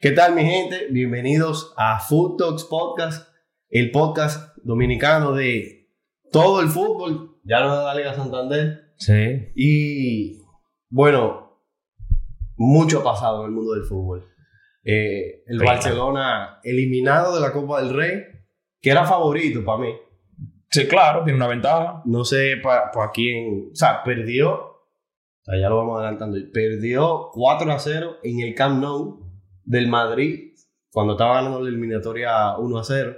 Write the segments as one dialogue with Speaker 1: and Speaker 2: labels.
Speaker 1: ¿Qué tal mi gente? Bienvenidos a Food Talks Podcast, el podcast dominicano de todo el fútbol, ya no de la Liga Santander.
Speaker 2: Sí.
Speaker 1: Y bueno, mucho ha pasado en el mundo del fútbol. Eh, el
Speaker 2: Venga.
Speaker 1: Barcelona eliminado de la Copa del Rey, que era favorito para mí.
Speaker 2: Sí, claro, tiene una ventaja.
Speaker 1: No sé para quién, o sea, perdió, o sea, ya lo vamos adelantando, perdió 4 a 0 en el Camp Nou del Madrid cuando estaba ganando la eliminatoria 1 a 0.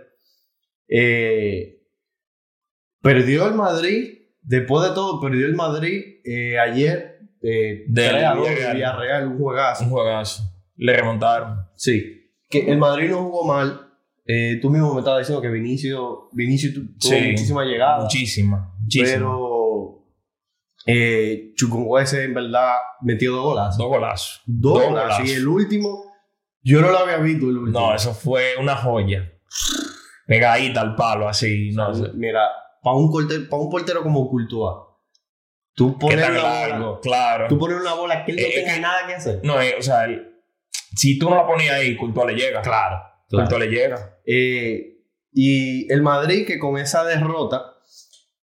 Speaker 1: Eh, perdió el Madrid, después de todo, perdió el Madrid eh, ayer eh,
Speaker 2: Del
Speaker 1: 3 a 2
Speaker 2: Villarreal.
Speaker 1: Villarreal, un juegazo.
Speaker 2: Un juegazo. Le remontaron.
Speaker 1: Sí, que el Madrid no jugó mal. Eh, tú mismo me estabas diciendo que Vinicio, Vinicio tu- tuvo
Speaker 2: Sí.
Speaker 1: muchísima llegada.
Speaker 2: Muchísima. Muchísima.
Speaker 1: Pero eh, Chukwueze, en verdad metió dos golas.
Speaker 2: Dos golazos.
Speaker 1: Dos
Speaker 2: dos
Speaker 1: golas.
Speaker 2: golazos.
Speaker 1: Y el último, yo no lo había visto el último.
Speaker 2: No, eso fue una joya. Pegadita al palo, así. No, sé.
Speaker 1: Mira, para un, corte- pa' un portero como Courtois, tú
Speaker 2: ¿Qué
Speaker 1: pones
Speaker 2: tan
Speaker 1: una
Speaker 2: largo?
Speaker 1: bola,
Speaker 2: Claro.
Speaker 1: tú pones una bola que él no
Speaker 2: Eh,
Speaker 1: tenga
Speaker 2: eh,
Speaker 1: nada que hacer.
Speaker 2: No, eh, o sea, el- si tú no la ponías ahí, culto le llega.
Speaker 1: Claro,
Speaker 2: Courtois le llega.
Speaker 1: Eh, y el Madrid que con esa derrota,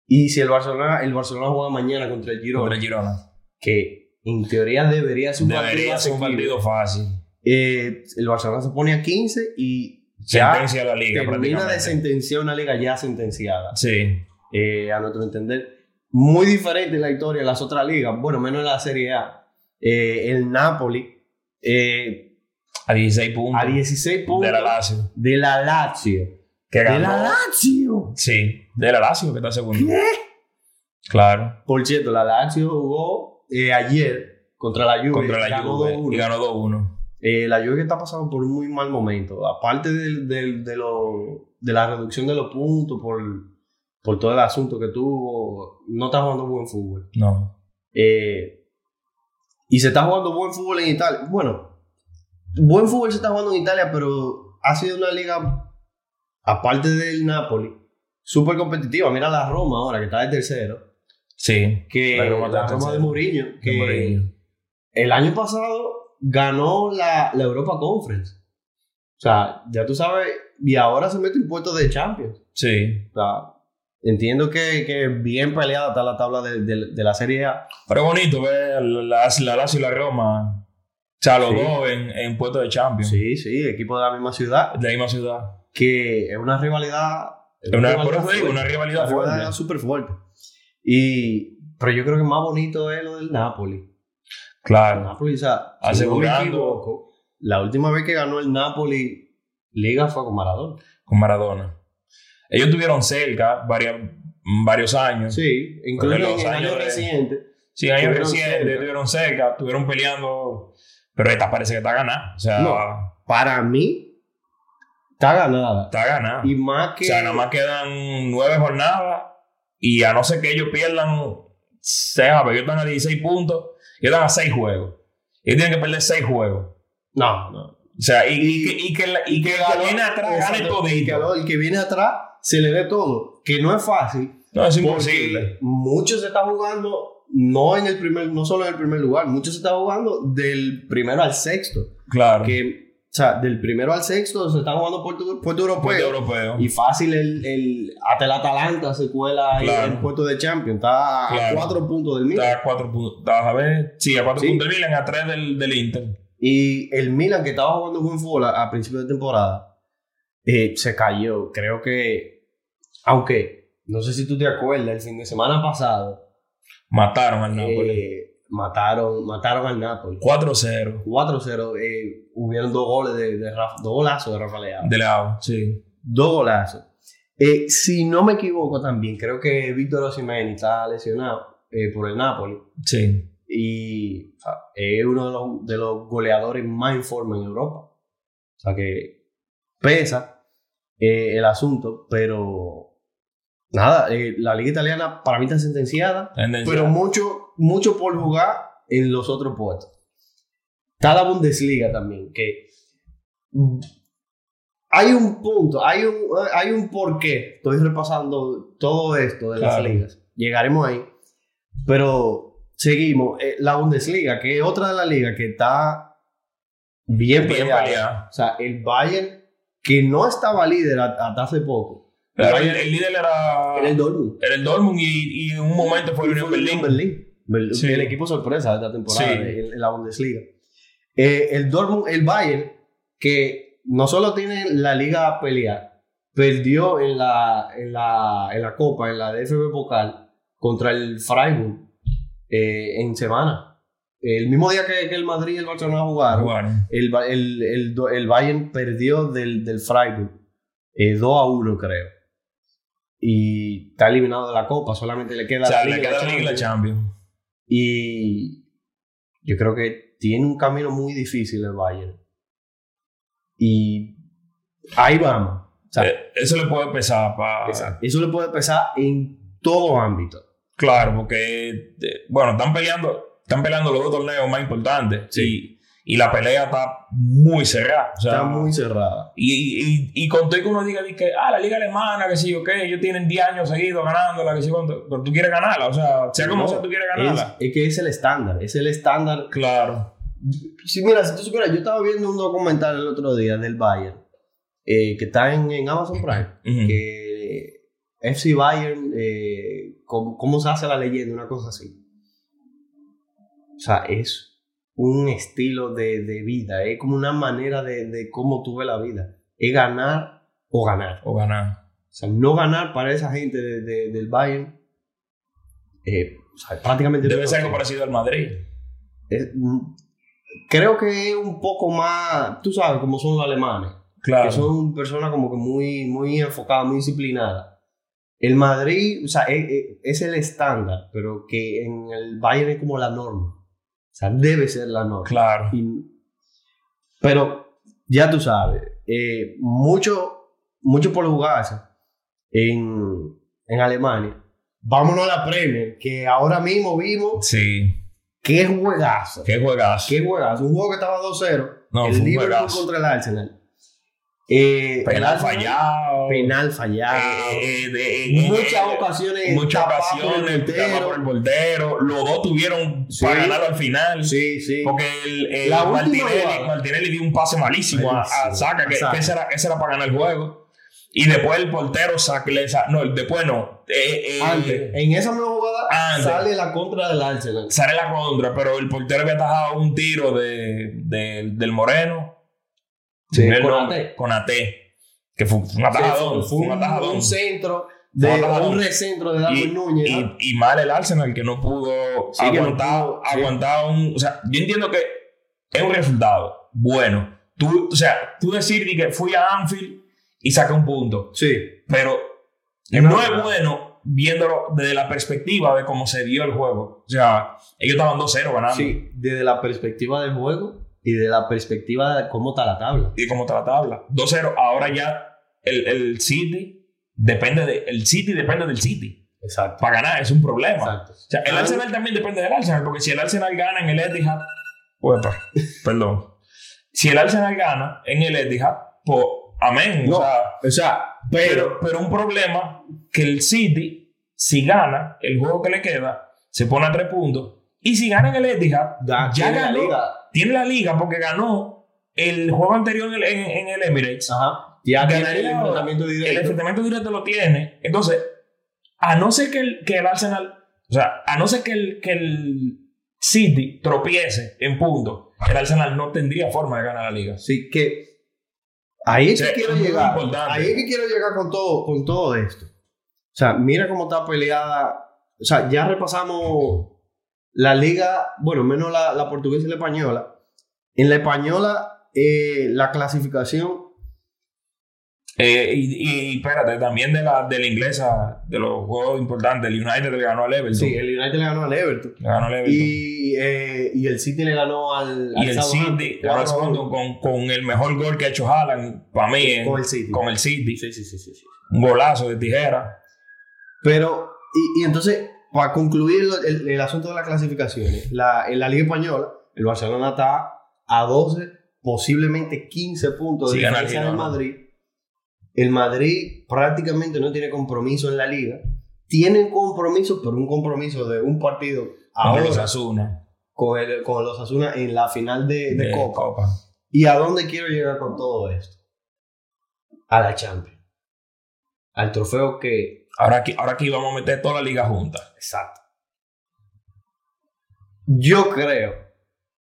Speaker 1: y si el Barcelona, el Barcelona juega mañana contra el Girona,
Speaker 2: Contra el Girona.
Speaker 1: que en teoría debería ser un
Speaker 2: Debería
Speaker 1: partido
Speaker 2: ser un
Speaker 1: asequible.
Speaker 2: partido fácil.
Speaker 1: Eh, el Barcelona se pone a 15 y ya
Speaker 2: Sentencia de la liga,
Speaker 1: termina de
Speaker 2: prácticamente.
Speaker 1: sentenciar una liga ya sentenciada.
Speaker 2: Sí.
Speaker 1: Eh, a nuestro entender, muy diferente la historia de las otras ligas, bueno, menos la Serie A. Eh, el Napoli eh,
Speaker 2: A 16 puntos.
Speaker 1: a 16 puntos
Speaker 2: De la Lazio.
Speaker 1: de la Lazio.
Speaker 2: Que
Speaker 1: ¡De
Speaker 2: ganó.
Speaker 1: la Lazio!
Speaker 2: Sí, de la Lazio que está segundo. Claro,
Speaker 1: Por cierto, la Lazio jugó eh, ayer contra la Juve.
Speaker 2: contra la
Speaker 1: ganó
Speaker 2: Juve
Speaker 1: 2-1.
Speaker 2: y ganó 2-1.
Speaker 1: Eh, la Juve está pasando por un muy mal momento. Aparte del- del- de, lo- de la reducción de los puntos por, por todo el asunto que tuvo, no está jugando buen fútbol.
Speaker 2: No.
Speaker 1: Eh, y se está jugando buen fútbol en Italia. Bueno, buen fútbol se está jugando en Italia, pero ha sido una liga, aparte del Napoli, súper competitiva. Mira la Roma ahora, que está de tercero.
Speaker 2: Sí.
Speaker 1: Que la
Speaker 2: La
Speaker 1: Roma,
Speaker 2: Roma está de
Speaker 1: de
Speaker 2: tercero.
Speaker 1: Mourinho, que
Speaker 2: de Mourinho.
Speaker 1: el año pasado ganó la, la Europa Conference. O sea, ya tú sabes, y ahora se mete en puestos de Champions.
Speaker 2: Sí.
Speaker 1: O sea, entiendo que, que bien peleada está la tabla de, de- de la Serie A.
Speaker 2: Pero es bonito ver la, la Lazio y la Roma. O sea, los
Speaker 1: Sí.
Speaker 2: dos en, en puesto de Champions.
Speaker 1: Sí, sí, equipo de la misma ciudad,
Speaker 2: De la misma ciudad.
Speaker 1: que es una rivalidad. es
Speaker 2: Una,
Speaker 1: rivalidad
Speaker 2: por eso digo,
Speaker 1: fuerte.
Speaker 2: una rivalidad
Speaker 1: Una rivalidad
Speaker 2: fuerte.
Speaker 1: súper fuerte. Y, pero yo creo que más bonito es lo del Napoli. El
Speaker 2: Claro.
Speaker 1: Napoli, o sea, si
Speaker 2: Asegurando.
Speaker 1: no me equivoco, la última vez que ganó el Napoli Liga fue con Maradona.
Speaker 2: Con Maradona. Ellos tuvieron cerca varias, varios años.
Speaker 1: Sí, incluso en
Speaker 2: los
Speaker 1: el año
Speaker 2: años de-
Speaker 1: reciente.
Speaker 2: Sí, años
Speaker 1: Estuvieron
Speaker 2: recientes,
Speaker 1: cerca.
Speaker 2: estuvieron cerca, estuvieron peleando, pero esta parece que está ganada. O sea,
Speaker 1: No. Para mí, está ganada.
Speaker 2: está ganada.
Speaker 1: Y más que.
Speaker 2: Ah. O sea, nada más quedan nueve jornadas y a no ser que ellos pierdan, sea, pero ellos están a 16 puntos, ellos están a 6 juegos. Ellos tienen que perder 6 juegos.
Speaker 1: No, no.
Speaker 2: O sea, y, y que, y que, la- y que
Speaker 1: el
Speaker 2: la
Speaker 1: que
Speaker 2: viene
Speaker 1: va-
Speaker 2: atrás gane
Speaker 1: exacto, y que
Speaker 2: todito.
Speaker 1: lo- El que viene atrás se le dé todo. Que no es fácil.
Speaker 2: No, es
Speaker 1: porque
Speaker 2: imposible.
Speaker 1: Mucho se está jugando. No, en el primer, no solo en el primer lugar, mucho se está jugando del primero al sexto.
Speaker 2: Claro.
Speaker 1: Que, o sea, del primero al sexto se está jugando puerto, puerto
Speaker 2: Puente
Speaker 1: europeo.
Speaker 2: europeo.
Speaker 1: Y fácil, el, el, hasta el Atalanta se cuela ahí
Speaker 2: Claro.
Speaker 1: en el puesto de Champions. Está a
Speaker 2: Claro.
Speaker 1: cuatro puntos del Milan.
Speaker 2: Está a 4 puntos. está, A ver, sí, a 4
Speaker 1: Sí.
Speaker 2: puntos del Milan, a 3 del, del Inter.
Speaker 1: Y el Milan, que estaba jugando buen fútbol a, a principio de temporada, eh, se cayó. Creo que, aunque no sé si tú te acuerdas, el fin de semana pasado
Speaker 2: Mataron al Napoli.
Speaker 1: eh, mataron, mataron al Napoli.
Speaker 2: 4-0
Speaker 1: 4-0, eh, hubieron dos goles de, de Rafa- dos golazos de Rafa Leao.
Speaker 2: de lado, sí.
Speaker 1: Dos golazos. Eh, si no me equivoco también, creo que Víctor Osimhen está lesionado eh, por el Napoli.
Speaker 2: Sí.
Speaker 1: y o sea, es uno de los, de los goleadores más en forma en Europa. O sea que pesa eh, el asunto, pero nada, eh, la liga italiana para mí está sentenciada,
Speaker 2: Tendencia.
Speaker 1: pero mucho, mucho por jugar en los otros puestos. Está la Bundesliga también, que mm, hay un punto, hay un, hay un porqué. Estoy repasando todo esto de las
Speaker 2: Claro.
Speaker 1: ligas. Llegaremos ahí. Pero seguimos. Eh, la Bundesliga, que es otra de las ligas que está bien,
Speaker 2: Bien
Speaker 1: peleada.
Speaker 2: peleada.
Speaker 1: O sea, el Bayern, que no estaba líder a- hasta hace poco,
Speaker 2: Pero el, el líder era,
Speaker 1: era el Dortmund.
Speaker 2: era el Dortmund y, y en un momento fue el Unión Berlín.
Speaker 1: Berlín. Berlín.
Speaker 2: Sí.
Speaker 1: El equipo sorpresa de esta temporada
Speaker 2: Sí.
Speaker 1: en, en la Bundesliga. Eh, el Dortmund, el Bayern, que no solo tiene la liga a pelear, perdió en la, en la, en la Copa, en la DFB Pokal, contra el Freiburg eh, en semana. El mismo día que, que el Madrid y el Barcelona jugaron,
Speaker 2: Bueno,
Speaker 1: el, Ba- el, el, Do- el Bayern perdió del, del Freiburg eh, 2 a 1, creo. Y está eliminado de la Copa, solamente le queda
Speaker 2: o sea,
Speaker 1: la
Speaker 2: le
Speaker 1: Liga
Speaker 2: queda la Liga y la
Speaker 1: Champions.
Speaker 2: Champions.
Speaker 1: Y yo creo que tiene un camino muy difícil el Bayern. Y ahí vamos. O sea,
Speaker 2: Eh, Eso le puede pesar para...
Speaker 1: Exacto. Eso le puede pesar en todo ámbito.
Speaker 2: Claro, porque, eh, bueno, están peleando, están peleando los dos torneos más importantes.
Speaker 1: Sí.
Speaker 2: Y, y la pelea está muy cerrada. O sea,
Speaker 1: Está muy cerrada.
Speaker 2: Y, y, y conté que uno diga di que, ah, la liga alemana, que sí, ok, ellos tienen 10 años seguidos ganándola, que sí, cuánto, pero tú quieres ganarla, o sea, sea como
Speaker 1: No,
Speaker 2: sea, tú quieres
Speaker 1: Es,
Speaker 2: ganarla.
Speaker 1: es que es el estándar. Es el estándar
Speaker 2: Claro.
Speaker 1: Sí, mira, si tú supieras, yo estaba viendo un documental el otro día del Bayern, eh, que está en, en Amazon Prime,
Speaker 2: Ujú.
Speaker 1: que FC Bayern, eh, cómo, cómo se hace la leyenda, una cosa así. O sea, es un estilo de, de vida, es como una manera de, de cómo tú ves la vida. Es ganar o ganar.
Speaker 2: O ganar.
Speaker 1: O sea, no ganar para esa gente de- de- del Bayern, eh, o sea, prácticamente... no
Speaker 2: Debe
Speaker 1: existe.
Speaker 2: ser algo parecido al Madrid.
Speaker 1: Es- mm, creo que es un poco más, tú sabes cómo son los alemanes,
Speaker 2: Claro.
Speaker 1: que son personas como que muy, muy enfocadas, muy disciplinadas. El Madrid, o sea, es, es- es el estándar, pero que en el Bayern es como la norma. O sea, debe ser la norma.
Speaker 2: Claro.
Speaker 1: Y- pero ya tú sabes, eh, mucho, mucho por jugarse en, en Alemania. Vámonos a la Premier, que ahora mismo vimos
Speaker 2: Sí.
Speaker 1: qué juegazo.
Speaker 2: Qué juegazo.
Speaker 1: Qué juegazo. Un juego que estaba 2-0.
Speaker 2: No, fue
Speaker 1: el
Speaker 2: un
Speaker 1: Liverpool
Speaker 2: juegazo.
Speaker 1: contra el Arsenal. Eh, el
Speaker 2: Penal
Speaker 1: Arsenal,
Speaker 2: fallado.
Speaker 1: Penal fallado.
Speaker 2: Eh, eh, de- eh,
Speaker 1: muchas
Speaker 2: eh,
Speaker 1: ocasiones.
Speaker 2: Muchas
Speaker 1: tapado por el
Speaker 2: ocasiones.
Speaker 1: portero.
Speaker 2: tapado por el portero. Los dos tuvieron
Speaker 1: Sí.
Speaker 2: para ganarlo al final.
Speaker 1: Sí, sí.
Speaker 2: Porque el, el
Speaker 1: La última
Speaker 2: Martinelli,
Speaker 1: jugada.
Speaker 2: Martinelli dio un pase malísimo a, a
Speaker 1: Malísimo,
Speaker 2: Saka, que,
Speaker 1: a Saka.
Speaker 2: que ese, era, ese era para ganar el juego. Y después el portero saca, le sa- no, el- después no. eh, eh,
Speaker 1: Antes, en esa misma jugada
Speaker 2: Antes.
Speaker 1: sale la contra del Arsenal.
Speaker 2: Sale la contra, pero el portero había atajado un tiro de, de- del Moreno.
Speaker 1: Sí,
Speaker 2: El
Speaker 1: con
Speaker 2: nombre,
Speaker 1: AT.
Speaker 2: Con AT. Que fue un atajadón.
Speaker 1: Sí,
Speaker 2: fue un atajadón.
Speaker 1: un centro. De,
Speaker 2: Fue un atajadón.
Speaker 1: un recentro de Darwin
Speaker 2: Y-
Speaker 1: Núñez. ¿no?
Speaker 2: Y, y mal el Arsenal que no pudo
Speaker 1: Sí, que no
Speaker 2: aguantar,
Speaker 1: pudo, sí.
Speaker 2: aguantar un. O sea, yo entiendo que es un resultado bueno. Tú, o sea, tú decir di que fui a Anfield y saqué un punto,
Speaker 1: sí.
Speaker 2: pero
Speaker 1: Es
Speaker 2: no
Speaker 1: verdad.
Speaker 2: es bueno viéndolo desde la perspectiva de cómo se dio el juego. O sea, ellos estaban 2-0 ganando.
Speaker 1: Sí, desde la perspectiva del juego y de la perspectiva de cómo está la tabla.
Speaker 2: Y cómo está la tabla. 2-0. Ahora ya el, el City depende de, el City depende del City.
Speaker 1: Exacto.
Speaker 2: Para ganar es un problema.
Speaker 1: Exacto.
Speaker 2: O sea, el
Speaker 1: Ah,
Speaker 2: Arsenal también depende del Arsenal, porque si el Arsenal gana en el Etihad, Uepa, perdón. Si el Arsenal gana en el Etihad, pues amén.
Speaker 1: No,
Speaker 2: o sea,
Speaker 1: o sea,
Speaker 2: pero, pero un problema que el City, si gana el juego que le queda, se pone a tres puntos. Y si gana en el Etihad,
Speaker 1: Ya,
Speaker 2: ya
Speaker 1: tiene la
Speaker 2: ganó.
Speaker 1: liga.
Speaker 2: tiene la liga porque ganó el juego anterior en el, en- en el Emirates.
Speaker 1: Ajá. Ya
Speaker 2: Ganaría
Speaker 1: ganaría el
Speaker 2: ahora.
Speaker 1: enfrentamiento
Speaker 2: El
Speaker 1: directo.
Speaker 2: enfrentamiento directo lo tiene. Entonces, a no ser que el, que el Arsenal, o sea, a no ser que el, que el City tropiece en puntos, el Arsenal no tendría forma de ganar la liga.
Speaker 1: Así que ahí es
Speaker 2: Sí,
Speaker 1: que quiero
Speaker 2: es muy
Speaker 1: llegar.
Speaker 2: importante.
Speaker 1: Ahí es que quiero llegar con todo, con todo esto. O sea, mira cómo está peleada. O sea, ya repasamos la liga, bueno, menos la, la portuguesa y la española. En la española, eh, la clasificación
Speaker 2: Eh, y, y espérate, también de la, de la inglesa, de los juegos importantes, el United le ganó al Everton.
Speaker 1: Sí, el United le ganó al Everton.
Speaker 2: Le ganó al Everton. Y,
Speaker 1: Y, eh, y el City le ganó al, al
Speaker 2: el
Speaker 1: Southampton,
Speaker 2: City
Speaker 1: cuatro
Speaker 2: ganó al
Speaker 1: a uno.
Speaker 2: Southampton con, con el mejor gol que ha hecho Haaland, para mí, eh,
Speaker 1: con el City.
Speaker 2: con el City.
Speaker 1: Sí, sí, sí, sí, sí.
Speaker 2: Un golazo de tijera.
Speaker 1: Pero, y, y entonces, para concluir lo- el, el asunto de las clasificaciones, la, en la Liga Española, el Barcelona está a 12, posiblemente 15 puntos de
Speaker 2: Sí, gana el
Speaker 1: diferencia del
Speaker 2: Girona.
Speaker 1: Madrid. El Madrid prácticamente no tiene compromiso en la Liga. Tienen compromiso, pero un compromiso de un partido
Speaker 2: Ahora los
Speaker 1: ahora
Speaker 2: Asuna.
Speaker 1: con, el, con los Asuna en la final de, de Copa. ¿Y a dónde quiero llegar con todo esto? A la Champions. Al trofeo que.
Speaker 2: Ahora aquí, ahora aquí vamos a meter toda la liga junta.
Speaker 1: Exacto. Yo creo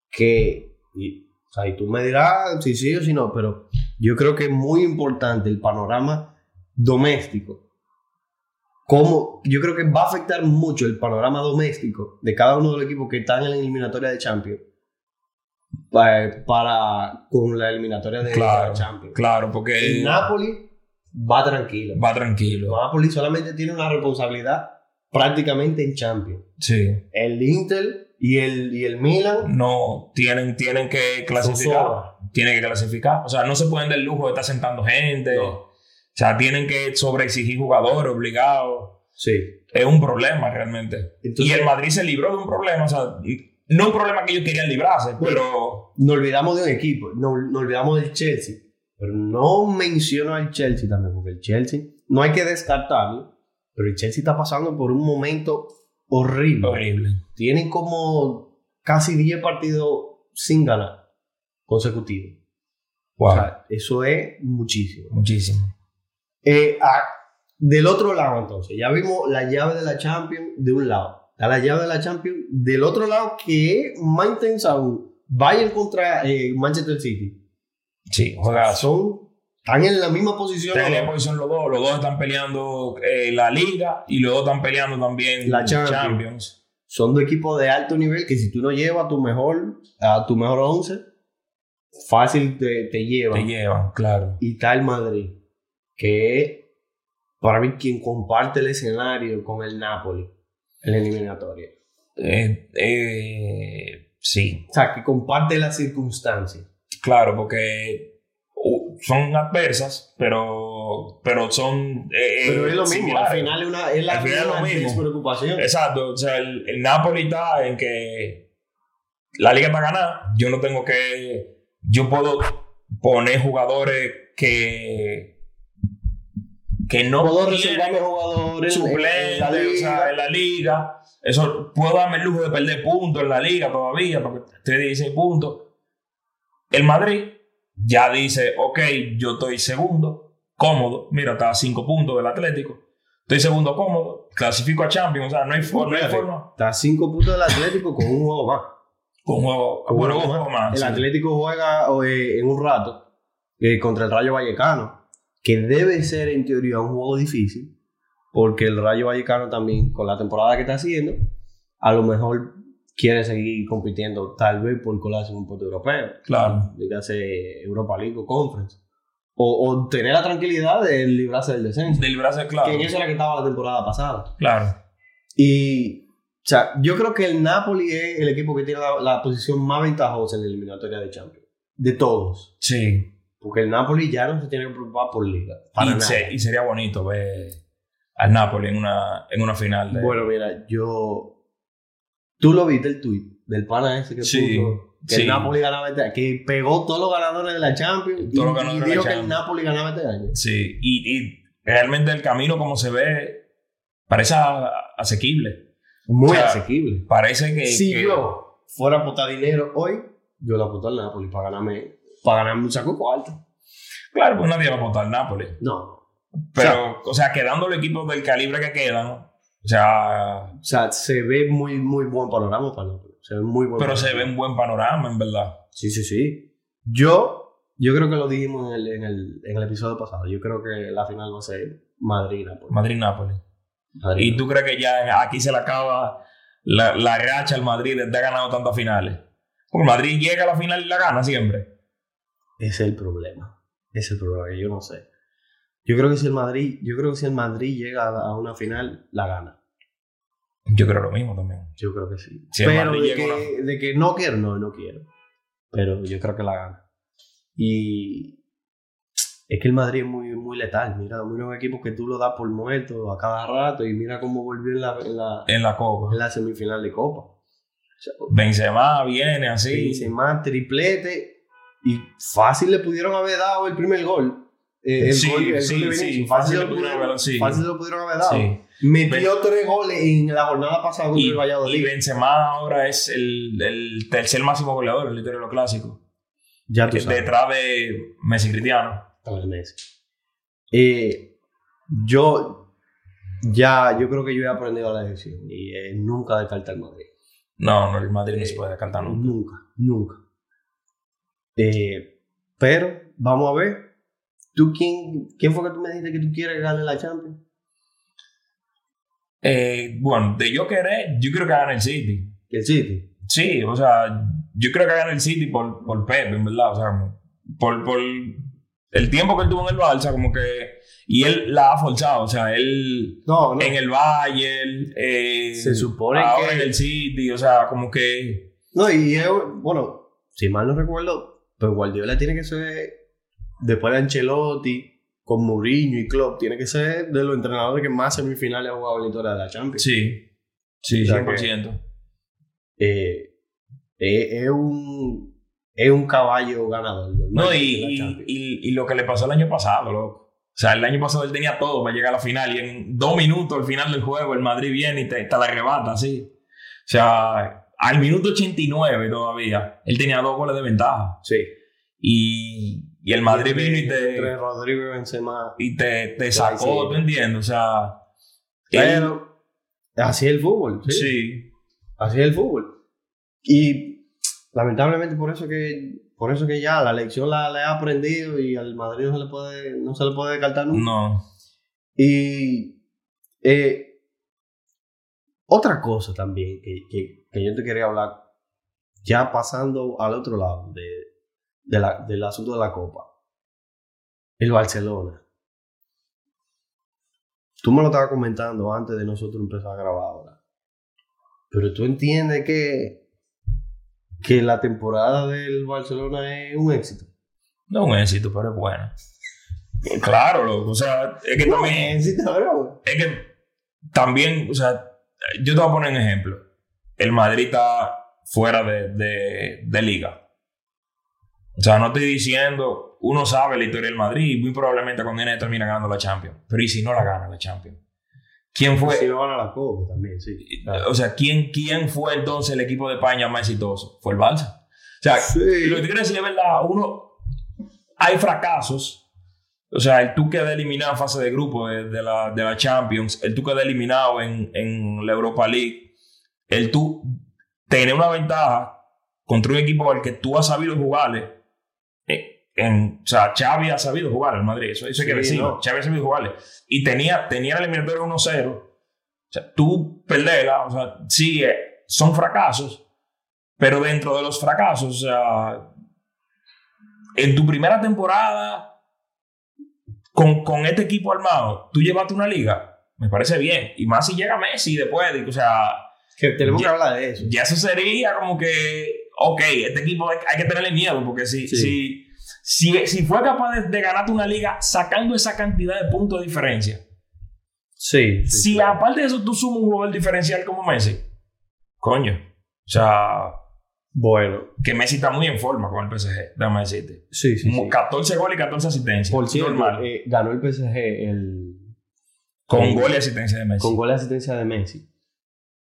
Speaker 1: que. y- o sea, y tú me dirás si sí o si no, pero yo creo que es muy importante el panorama doméstico. Cómo- yo creo que va a afectar mucho el panorama doméstico de cada uno de los equipos que están en la eliminatoria de Champions pa- para, con la eliminatoria de
Speaker 2: Claro.
Speaker 1: Champions.
Speaker 2: Claro, porque
Speaker 1: El Napoli va tranquilo.
Speaker 2: va tranquilo.
Speaker 1: Napoli solamente tiene una responsabilidad prácticamente en Champions.
Speaker 2: Sí.
Speaker 1: El Inter y el, y el Milan
Speaker 2: No, tienen, tienen que
Speaker 1: son
Speaker 2: clasificar.
Speaker 1: sobra.
Speaker 2: Tienen que clasificar. O sea, no se pueden dar el lujo de estar sentando gente.
Speaker 1: No.
Speaker 2: O sea, tienen que sobreexigir jugadores obligados.
Speaker 1: Sí.
Speaker 2: Es un problema realmente. y
Speaker 1: Entonces,
Speaker 2: el Madrid se libró de un problema. O sea, no un problema que ellos querían librarse, pero
Speaker 1: nos olvidamos de un equipo, nos, nos olvidamos del Chelsea. Pero no menciono al Chelsea también, porque el Chelsea no hay que descartarlo, pero el Chelsea está pasando por un momento horrible.
Speaker 2: horrible.
Speaker 1: Tienen como casi 10 partidos sin ganar consecutivos.
Speaker 2: Wow.
Speaker 1: O sea, eso es muchísimo.
Speaker 2: Muchísimo.
Speaker 1: Eh, a- del otro lado, entonces, ya vimos la llave de la Champions de un lado. Está la llave de la Champions del otro lado, que es más intensa aún. Bayern contra eh, Manchester City. Ah,
Speaker 2: Sí, juegazo.
Speaker 1: Son, están en la misma posición.
Speaker 2: Están en la posición los dos. Los dos están peleando eh, la Liga y los dos están peleando también
Speaker 1: La Champions. Son dos equipos de alto nivel que si tú no llevas a tu mejor, a tu mejor 11, fácil te, te llevan.
Speaker 2: Te llevan, claro.
Speaker 1: y tal Madrid, que es para mí quien comparte el escenario con el Napoli en la eliminatoria.
Speaker 2: Eh, eh, sí,
Speaker 1: O sea, que comparte las circunstancias.
Speaker 2: claro, porque uh, son adversas, pero, pero son. eh,
Speaker 1: Pero
Speaker 2: eh,
Speaker 1: es lo mismo, al
Speaker 2: similares.
Speaker 1: final es, una, es la
Speaker 2: Al final es lo
Speaker 1: misma
Speaker 2: mismo.
Speaker 1: despreocupación.
Speaker 2: Exacto, o sea, el, el Napoli está en que la liga está ganada, yo no tengo que, yo puedo poner jugadores que que no
Speaker 1: Puedo
Speaker 2: tienen
Speaker 1: reservarme jugadores en- en
Speaker 2: suplentes,
Speaker 1: la
Speaker 2: o sea,
Speaker 1: liga.
Speaker 2: en la liga, eso puedo darme el lujo de perder puntos en la liga todavía, porque tiene 16 puntos. El Madrid ya dice, ok, yo estoy segundo, cómodo, mira, está a 5 puntos del Atlético, estoy segundo cómodo, clasifico a Champions, o sea, no hay forma, no hay
Speaker 1: Espérate.
Speaker 2: forma.
Speaker 1: Está a 5 puntos del Atlético con un juego más.
Speaker 2: Un juego, bueno, un juego más.
Speaker 1: El
Speaker 2: Ah, sí.
Speaker 1: Atlético juega o, eh, en un rato eh, contra el Rayo Vallecano, que debe ser en teoría un juego difícil, porque el Rayo Vallecano también, con la temporada que está haciendo, a lo mejor quiere seguir compitiendo, tal vez por colarse en un puesto europeo,
Speaker 2: Claro,
Speaker 1: dígase Europa League o Conference, o, o tener la tranquilidad de librarse del descenso,
Speaker 2: del brazo
Speaker 1: que
Speaker 2: claro,
Speaker 1: en eso era que estaba la temporada pasada.
Speaker 2: claro,
Speaker 1: Y, o sea, yo creo que el Napoli es el equipo que tiene la, la posición más ventajosa en la eliminatoria de Champions. De todos.
Speaker 2: sí.
Speaker 1: Porque el Napoli ya no se tiene que preocupar por liga. Para
Speaker 2: Y,
Speaker 1: nada.
Speaker 2: se- y sería bonito ver al Napoli en una, en una final. De,
Speaker 1: Bueno, mira, yo... Tú lo viste el tweet del pana ese que
Speaker 2: Sí,
Speaker 1: puso que
Speaker 2: sí.
Speaker 1: el Napoli ganaba este año, que pegó todos los ganadores de la Champions y,
Speaker 2: Todos los ganadores
Speaker 1: y
Speaker 2: de la
Speaker 1: dijo que el
Speaker 2: Champions.
Speaker 1: Napoli ganaba este año.
Speaker 2: Sí, y, y realmente el camino como se ve parece a- asequible.
Speaker 1: Muy
Speaker 2: O sea,
Speaker 1: asequible.
Speaker 2: Parece que...
Speaker 1: si
Speaker 2: que-
Speaker 1: yo fuera a apostar dinero hoy, yo lo apuesto al Napoli para ganarme, para ganarme un saco de cuarto.
Speaker 2: Claro, pues nadie va a apostar al Napoli.
Speaker 1: No,
Speaker 2: Pero, o sea, quedando los equipos del calibre que quedan, o sea,
Speaker 1: O sea, se ve muy, muy buen panorama para nosotros. Se ve muy buen
Speaker 2: pero
Speaker 1: panorama.
Speaker 2: se ve un buen panorama, en verdad.
Speaker 1: Sí, sí, sí. Yo, yo creo que lo dijimos en el, en el, en el episodio pasado. Yo creo que la final va a ser Madrid-Napoli.
Speaker 2: Madrid-Napoli. ¿Y
Speaker 1: Madrid.
Speaker 2: tú crees que ya aquí se le acaba la, la racha al Madrid de haber ganado tantas finales? Porque Madrid llega a la final y la gana siempre.
Speaker 1: Ese es el problema. Ese es el problema que yo no sé. Yo creo que si el Madrid, yo creo que si el Madrid llega a- a una final, la gana.
Speaker 2: Yo creo lo mismo también.
Speaker 1: Yo creo que sí.
Speaker 2: Si el
Speaker 1: Pero
Speaker 2: Madrid
Speaker 1: de
Speaker 2: llega
Speaker 1: que,
Speaker 2: a
Speaker 1: de que no quiero, no, no quiero. Pero yo creo que la gana. Y es que el Madrid es muy, muy letal. Mira, unos equipos que tú lo das por muerto a cada rato y mira cómo volvió en la, en la,
Speaker 2: En la Copa.
Speaker 1: en la semifinal de Copa. O sea,
Speaker 2: Benzema viene así.
Speaker 1: Benzema, triplete y fácil le pudieron haber dado el primer gol. Eh, el
Speaker 2: Sí,
Speaker 1: gol, el
Speaker 2: sí,
Speaker 1: gol de
Speaker 2: sí,
Speaker 1: Vinicius.
Speaker 2: fácil
Speaker 1: fácil,
Speaker 2: le
Speaker 1: lo pudieron,
Speaker 2: pudieron haber- sí.
Speaker 1: fácil lo pudieron haber dado.
Speaker 2: Sí.
Speaker 1: Metió tres goles en la jornada pasada contra
Speaker 2: Y,
Speaker 1: el
Speaker 2: y
Speaker 1: Valladolid.
Speaker 2: Benzema ahora es el, el tercer máximo goleador en la historia de los clásicos.
Speaker 1: Ya tú sabes.
Speaker 2: detrás de Messi y Cristiano.
Speaker 1: Lionel Messi. Eh, yo ya, yo creo que yo he aprendido la decisión y eh, nunca descartar Madrid.
Speaker 2: No, no, el Madrid no se puede descartar nunca.
Speaker 1: Nunca, nunca. Eh, pero vamos a ver. ¿Tú quién, quién fue que tú me dijiste que tú quieres que gane la Champions?
Speaker 2: Eh, bueno, de yo querer, yo creo que gane el City.
Speaker 1: El City.
Speaker 2: Sí, o sea, yo creo que gana el City por, por Pep, en verdad, o sea, como por, por el tiempo que él tuvo en el Barça, como que... Y él la ha forzado, o sea, él
Speaker 1: No, no.
Speaker 2: en el Bayern, eh,
Speaker 1: Se supone
Speaker 2: ahora
Speaker 1: que-
Speaker 2: en el City, o sea, como que...
Speaker 1: No, y es- bueno, si mal no recuerdo, pues Guardiola tiene que ser, después de Ancelotti, con Mourinho y Klopp, tiene que ser de los entrenadores que más semifinales ha jugado en la historia de la Champions.
Speaker 2: Sí, sí,
Speaker 1: O sea que-
Speaker 2: 100%.
Speaker 1: Eh, es, es un, es un caballo ganador.
Speaker 2: No,
Speaker 1: hermano,
Speaker 2: y,
Speaker 1: de la
Speaker 2: y-
Speaker 1: Champions.
Speaker 2: y- y lo que le pasó el año pasado, loco. O sea, el año pasado él tenía todo para llegar a la final y en dos minutos al final del juego el Madrid viene y te, te la arrebata, sí. O sea, al minuto 89 todavía, él tenía dos goles de ventaja.
Speaker 1: sí.
Speaker 2: Y, y el Madrid vino y
Speaker 1: Entre
Speaker 2: te,
Speaker 1: Rodrigo y Benzema.
Speaker 2: y te, te sacó,
Speaker 1: Sí.
Speaker 2: ¿tú entiendes? O sea, él-
Speaker 1: Pero así es el fútbol.
Speaker 2: sí.
Speaker 1: Así es el fútbol. Y lamentablemente por eso que por eso que ya la lección la, la he aprendido y al Madrid no se le puede, no se le puede descartar nunca.
Speaker 2: no.
Speaker 1: Y eh, otra cosa también que, que- que yo te quería hablar, ya pasando al otro lado de, de la- del asunto de la Copa, el Barcelona. Tú me lo estabas comentando antes de nosotros empezar a grabar ahora. Pero tú entiendes que, que la temporada del Barcelona es un éxito.
Speaker 2: No es un éxito, pero es bueno. Claro, loco. O sea, es que también...
Speaker 1: éxito, bro.
Speaker 2: es que también, o sea, yo te voy a poner un ejemplo. El Madrid está fuera de, de- de liga. O sea, no estoy diciendo, uno sabe la historia del Madrid y muy probablemente cuando viene termina ganando la Champions. Pero ¿y si no la gana la Champions? ¿Quién fue?
Speaker 1: Pues, Si no van a la Copa también, sí.
Speaker 2: Pues, O sea, ¿quién, ¿quién fue entonces el equipo de España más exitoso? Fue el Barça. O sea,
Speaker 1: Sí.
Speaker 2: lo que te quiero decir es verdad, uno, hay fracasos. O sea, el tú queda eliminado en fase de grupo de, de la, de la Champions, el tú queda eliminado en, en la Europa League, el tú tener una ventaja contra un equipo al que tú has sabido jugarle. eh, En, o sea, Xavi ha sabido jugar al Madrid, eso, eso hay que
Speaker 1: Sí,
Speaker 2: decirlo.
Speaker 1: no.
Speaker 2: Xavi ha sabido jugarle. Y tenía, tenía el eliminatorio 1-0. O sea, tú perderla, o sea, sí, eh, son fracasos, pero dentro de los fracasos, o sea, en tu primera temporada con, con este equipo armado, tú llevaste una liga, me parece bien. Y más si llega Messi después, digo, o sea,
Speaker 1: Que tenemos
Speaker 2: Ya-
Speaker 1: que hablar de eso.
Speaker 2: ya eso sería como que, ok, este equipo hay, hay que tenerle miedo, porque si,
Speaker 1: Sí.
Speaker 2: si, si, si fue capaz de, de ganarte una liga sacando esa cantidad de puntos de diferencia,
Speaker 1: Sí.
Speaker 2: si aparte de eso tú sumas un jugador diferencial como Messi, coño, o sea,
Speaker 1: Bueno,
Speaker 2: que Messi está muy en forma con el PSG, déjame decirte.
Speaker 1: sí, sí. sí.
Speaker 2: 14 goles y 14 asistencias.
Speaker 1: Por cierto,
Speaker 2: normal.
Speaker 1: eh, ganó el PSG el,
Speaker 2: con gol y asistencia de Messi.
Speaker 1: con gol de asistencia de Messi.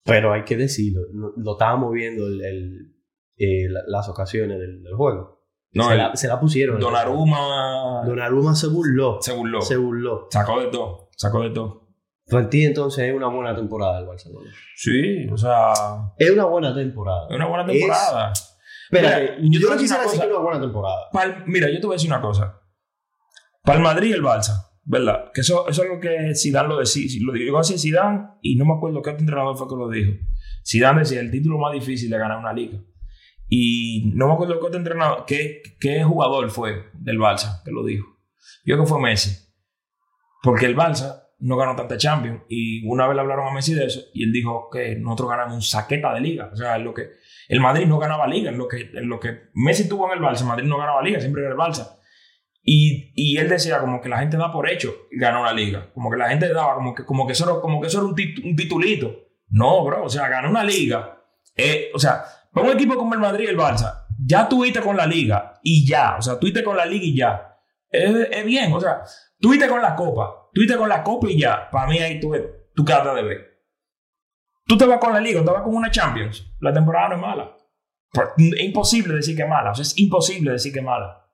Speaker 1: Pero hay que decirlo, no- lo estábamos viendo el, el- eh, la- las ocasiones del, del juego.
Speaker 2: No,
Speaker 1: se,
Speaker 2: el
Speaker 1: la, se la pusieron.
Speaker 2: Donnarumma
Speaker 1: Donnarumma se burló.
Speaker 2: se burló.
Speaker 1: Se burló.
Speaker 2: Sacó de todo. Sacó de todo.
Speaker 1: Para ti entonces es una buena temporada del Barcelona.
Speaker 2: Sí, o sea,
Speaker 1: Es una buena temporada.
Speaker 2: es una buena temporada.
Speaker 1: Espérate,
Speaker 2: Mira, yo
Speaker 1: yo
Speaker 2: te voy
Speaker 1: no
Speaker 2: a decir
Speaker 1: quisiera
Speaker 2: una
Speaker 1: decir
Speaker 2: cosa.
Speaker 1: que es una buena temporada.
Speaker 2: Pa'l- mira, yo te voy a decir una cosa. Para el Madrid y el Barça, ¿verdad? Que eso, eso es lo que Zidane lo decía. Lo dijo así Zidane y no me acuerdo qué otro entrenador fue que lo dijo. Zidane decía, el título más difícil de ganar una liga. Y no me acuerdo qué otro entrenador, qué, qué jugador fue del Barça que lo dijo. Yo creo que fue Messi. Porque el Barça no ganó tanta Champions. Y una vez le hablaron a Messi de eso y él dijo que nosotros ganamos un saqueta de liga. O sea, es lo que el Madrid no ganaba liga, en lo que, en lo que Messi tuvo en el Barça, el Madrid no ganaba liga, siempre era el Barça. Y, y él decía como que la gente da por hecho ganó la liga, como que la gente daba como que, como que, eso, era, como que eso era un, tit- un titulito. No, bro, o sea, ganó una liga. Eh, o sea, para un equipo como el Madrid y el Barça, ya tuviste con la liga y ya, o sea, tuviste con la liga y ya. Es bien, o sea, tuviste con la copa, tuviste con la copa y ya. Para mí ahí tú, tú quedaste de ver. Tú te vas con la liga, te vas con una Champions, la temporada no es mala. Pero Es imposible decir que mala. O sea, es imposible decir que mala.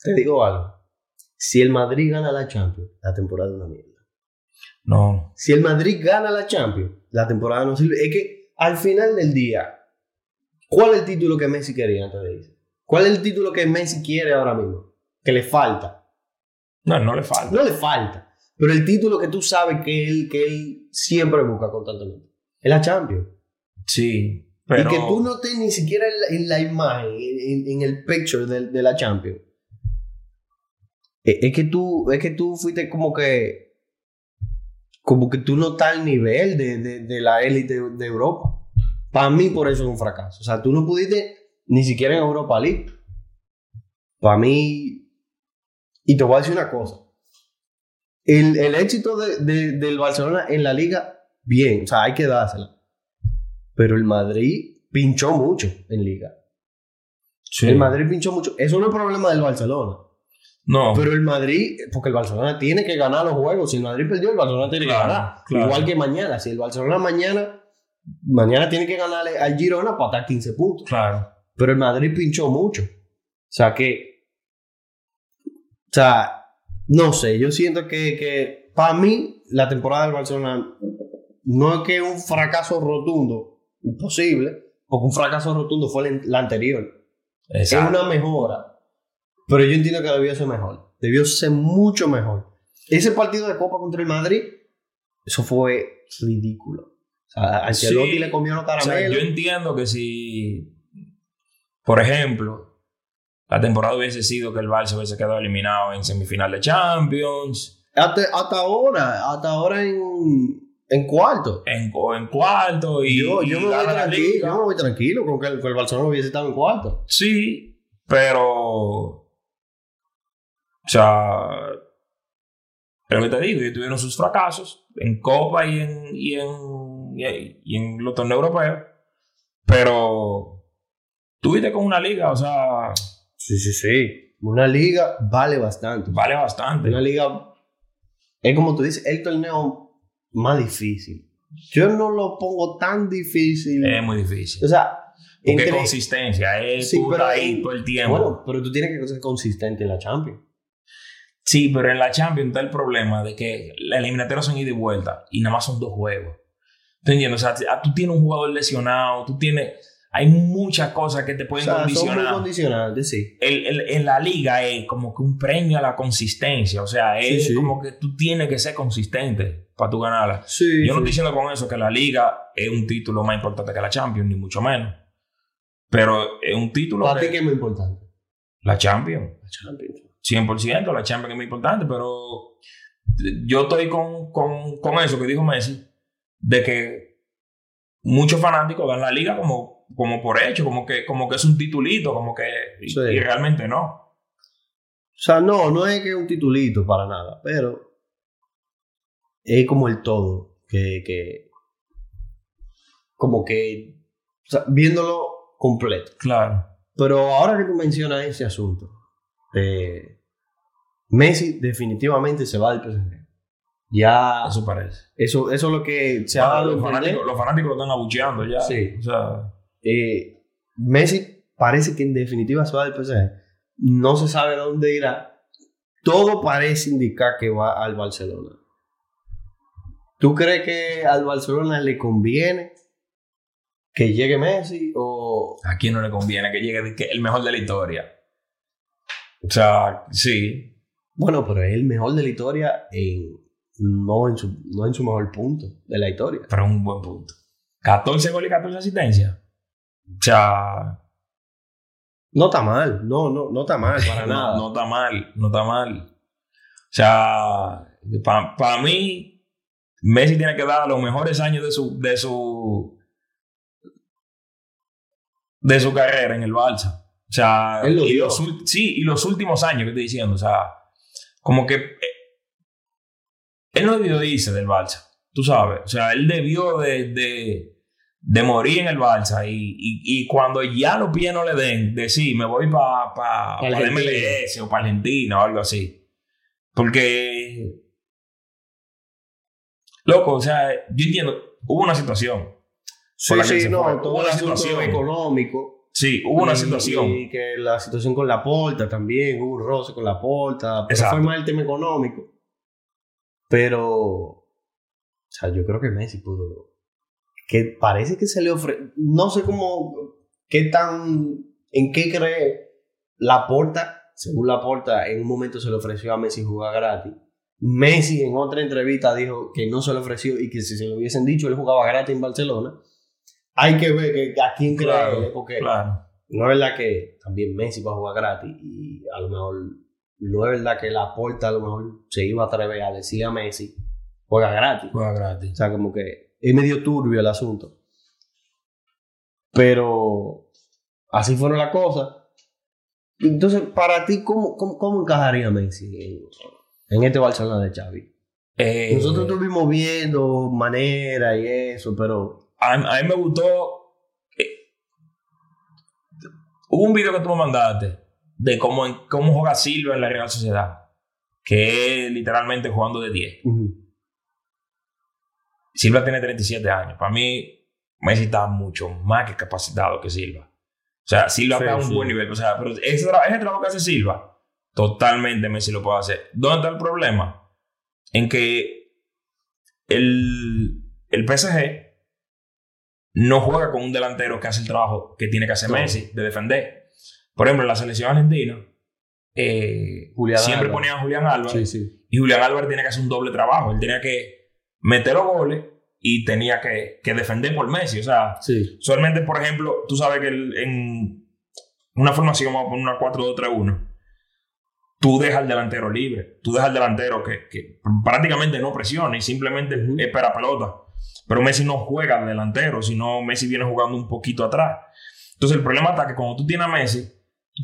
Speaker 1: Te digo algo. Si el Madrid gana la Champions, la temporada es una mierda.
Speaker 2: No.
Speaker 1: Si el Madrid gana la Champions, la temporada no sirve. Es que al final del día, ¿cuál es el título que Messi quería antes de irse? ¿Cuál es el título que Messi quiere ahora mismo? Que le falta.
Speaker 2: No, no le falta.
Speaker 1: No le falta. Pero el título que tú sabes que él, que él siempre busca constantemente es la Champions.
Speaker 2: Sí. Pero...
Speaker 1: Y que tú no estés ni siquiera en la, en la imagen, en, en- en el picture del- de, la Champions. E- Es que, tú, es que tú fuiste como que. Como que tú no estás al nivel de, de- de la élite de Europa. Para mí, por eso es un fracaso. O sea, tú no pudiste ni siquiera en Europa League. Para mí. Y te voy a decir una cosa. El, el éxito de- de- del Barcelona en la liga, bien. O sea, hay que dársela pero el Madrid pinchó mucho en liga.
Speaker 2: Sí.
Speaker 1: El Madrid pinchó mucho. Eso no es problema del Barcelona.
Speaker 2: No.
Speaker 1: Pero el Madrid, porque el Barcelona tiene que ganar los juegos. Si el Madrid perdió, el Barcelona tiene
Speaker 2: Claro,
Speaker 1: que ganar.
Speaker 2: claro.
Speaker 1: Igual que mañana. Si el Barcelona mañana, mañana tiene que ganarle al Girona para estar 15 puntos.
Speaker 2: Claro.
Speaker 1: Pero el Madrid pinchó mucho. O sea que. O sea, no sé. Yo siento que, que para mí, la temporada del Barcelona no es que un fracaso rotundo, imposible, porque un fracaso rotundo fue la, la anterior.
Speaker 2: Exacto.
Speaker 1: Es una mejora. Pero yo entiendo que debió ser mejor. Debió ser mucho mejor. Ese partido de Copa contra el Madrid, eso fue ridículo. O sea, a Ancelotti
Speaker 2: Sí.
Speaker 1: le comió los
Speaker 2: O sea, yo
Speaker 1: caramelos.
Speaker 2: entiendo que si, por ejemplo, la temporada hubiese sido que el Barça hubiese quedado eliminado en semifinal de Champions,
Speaker 1: Hasta, hasta ahora, hasta ahora en, en cuarto.
Speaker 2: en, o en cuarto y,
Speaker 1: yo, yo
Speaker 2: y
Speaker 1: me voy
Speaker 2: gana la
Speaker 1: tranquilo,
Speaker 2: liga.
Speaker 1: yo me voy tranquilo con que el, con el Barcelona hubiese estado en cuarto.
Speaker 2: Sí, pero... O sea, es lo que te digo, ellos tuvieron sus fracasos en Copa y en, y en, y- y en los torneos europeos, pero tuviste con una liga, o sea,
Speaker 1: Sí, sí, sí. Una liga vale bastante.
Speaker 2: vale bastante.
Speaker 1: Una liga es como tú dices, el torneo más difícil. Yo no lo pongo tan difícil.
Speaker 2: Es muy difícil.
Speaker 1: o sea,
Speaker 2: Eh, Porque
Speaker 1: entre-
Speaker 2: consistencia, es
Speaker 1: Sí,
Speaker 2: tú
Speaker 1: pero
Speaker 2: ahí
Speaker 1: en-
Speaker 2: todo el tiempo.
Speaker 1: bueno, pero tú tienes que ser consistente en la Champions.
Speaker 2: Sí, pero en la Champions está el problema de que la eliminatoria son ida y vuelta y nada más son dos juegos. ¿Tú entiendes? O sea, t- ah, tú tienes un jugador lesionado, tú tienes. Hay muchas cosas que te
Speaker 1: O
Speaker 2: pueden
Speaker 1: sea, son muy
Speaker 2: condicionar.
Speaker 1: condicionantes, sí.
Speaker 2: El- el- en la liga es como que un premio a la consistencia. O sea, es
Speaker 1: Sí, sí.
Speaker 2: como que tú tienes que ser consistente para tú ganarla.
Speaker 1: Sí,
Speaker 2: Yo no
Speaker 1: sí.
Speaker 2: estoy diciendo con eso que la liga es un título más importante que la Champions, ni mucho menos. Pero es un título.
Speaker 1: Para
Speaker 2: que-
Speaker 1: ti que es muy importante.
Speaker 2: La Champions.
Speaker 1: La Champions.
Speaker 2: 100%, la Champions es muy importante, pero yo estoy con, con, con eso que dijo Messi, de que muchos fanáticos dan la liga como, como por hecho, como que, como que es un titulito, como que... y-
Speaker 1: Sí.
Speaker 2: Y realmente no.
Speaker 1: O sea, no, no es que es un titulito para nada, pero es como el todo, que, que como que o sea, viéndolo completo.
Speaker 2: Claro.
Speaker 1: Pero ahora que tú mencionas ese asunto, eh, Messi definitivamente se va del PSG. Ya,
Speaker 2: Ah, Eso parece.
Speaker 1: eso, eso es lo que se ha
Speaker 2: Ah,
Speaker 1: dado
Speaker 2: los,
Speaker 1: a entender.
Speaker 2: fanáticos, los fanáticos lo están abucheando ya.
Speaker 1: Sí.
Speaker 2: O sea,
Speaker 1: Eh, Messi parece que en definitiva se va del PSG. No se sabe dónde irá. Todo parece indicar que va al Barcelona. ¿Tú crees que al Barcelona le conviene que llegue Messi? O...
Speaker 2: ¿a quién no le conviene que llegue de que el mejor de la historia? O sea, sí.
Speaker 1: Bueno, pero es el mejor de la historia en- no, en su, no en su mejor punto de la historia.
Speaker 2: Pero es un buen punto. 14 goles y 14 asistencias. O sea,
Speaker 1: No está mal, no, no, no está mal para
Speaker 2: No,
Speaker 1: nada.
Speaker 2: No está mal, no está mal. O sea, para mí, Messi tiene que dar los mejores años de su, de su, de su carrera en el Barça. O sea,
Speaker 1: Él lo
Speaker 2: y
Speaker 1: dio.
Speaker 2: los, ul- sí, y los últimos años que estoy diciendo, o sea, como que eh, él no debió irse del Barça, tú sabes. O sea, él debió de, de, de morir en el Barça y, y, y cuando ya los pies no le den, decir, me voy para pa,
Speaker 1: Pa
Speaker 2: pa
Speaker 1: Argentina.
Speaker 2: MLS o para Argentina o algo así. Porque, loco, o sea, yo entiendo, hubo una situación.
Speaker 1: sí,
Speaker 2: por la que
Speaker 1: sí,
Speaker 2: se
Speaker 1: no,
Speaker 2: fue.
Speaker 1: todo
Speaker 2: Hubo
Speaker 1: el
Speaker 2: la
Speaker 1: asunto
Speaker 2: situación.
Speaker 1: económico.
Speaker 2: Sí, hubo una
Speaker 1: Y-
Speaker 2: situación.
Speaker 1: Y que la situación con la porta también, hubo un roce con la porta. Pero
Speaker 2: Exacto.
Speaker 1: fue más el tema económico. Pero. O sea, yo creo que Messi pudo. Que parece que se le ofrece. No sé cómo. ¿Qué tan. ¿En qué cree la porta? Según la porta, en un momento se le ofreció a Messi jugar gratis. Messi en otra entrevista dijo que no se le ofreció y que si se lo hubiesen dicho, él jugaba gratis en Barcelona. Hay que ver que, a quién cree,
Speaker 2: Claro,
Speaker 1: él, porque
Speaker 2: Claro.
Speaker 1: no es verdad que también Messi va a jugar gratis y a lo mejor no es verdad que la porta a lo mejor se iba a atrever a decirle a Messi juega gratis.
Speaker 2: Juega
Speaker 1: O
Speaker 2: gratis.
Speaker 1: sea, como que es medio turbio el asunto. Pero así fueron las cosas. Entonces, para ti, ¿cómo, cómo, cómo encajaría Messi en, en este Barcelona de Xavi?
Speaker 2: Eh,
Speaker 1: Nosotros estuvimos viendo manera y eso, pero
Speaker 2: a, a mí me gustó. eh, hubo un video que tú me mandaste de cómo, cómo juega Silva en la Real Sociedad, que es literalmente jugando de 10.
Speaker 1: ujú,
Speaker 2: Silva tiene 37 años. Para mí, Messi está mucho más que capacitado que Silva. O sea, Silva
Speaker 1: Sí,
Speaker 2: está a un
Speaker 1: sí.
Speaker 2: buen nivel. O sea, pero ese, tra- ese trabajo que hace Silva, totalmente Messi lo puede hacer. ¿Dónde está el problema? En que el, el PSG no juega con un delantero que hace el trabajo que tiene que hacer
Speaker 1: Claro.
Speaker 2: Messi de defender. Por ejemplo, en la selección argentina eh,
Speaker 1: Julián
Speaker 2: siempre
Speaker 1: Álvarez.
Speaker 2: ponía a Julián Álvarez
Speaker 1: sí, sí.
Speaker 2: y Julián Álvarez tenía que hacer un doble trabajo. Él tenía que meter los goles y tenía que, que defender por Messi. O sea,
Speaker 1: Sí,
Speaker 2: usualmente, por ejemplo, tú sabes que el- en una formación, vamos a poner una 4-2-3-1, tú dejas al delantero libre. Tú dejas al delantero que, que prácticamente no presiona y simplemente
Speaker 1: Ujú.
Speaker 2: espera pelota. Pero Messi no juega de delantero, sino Messi viene jugando un poquito atrás. Entonces, el problema está que cuando tú tienes a Messi,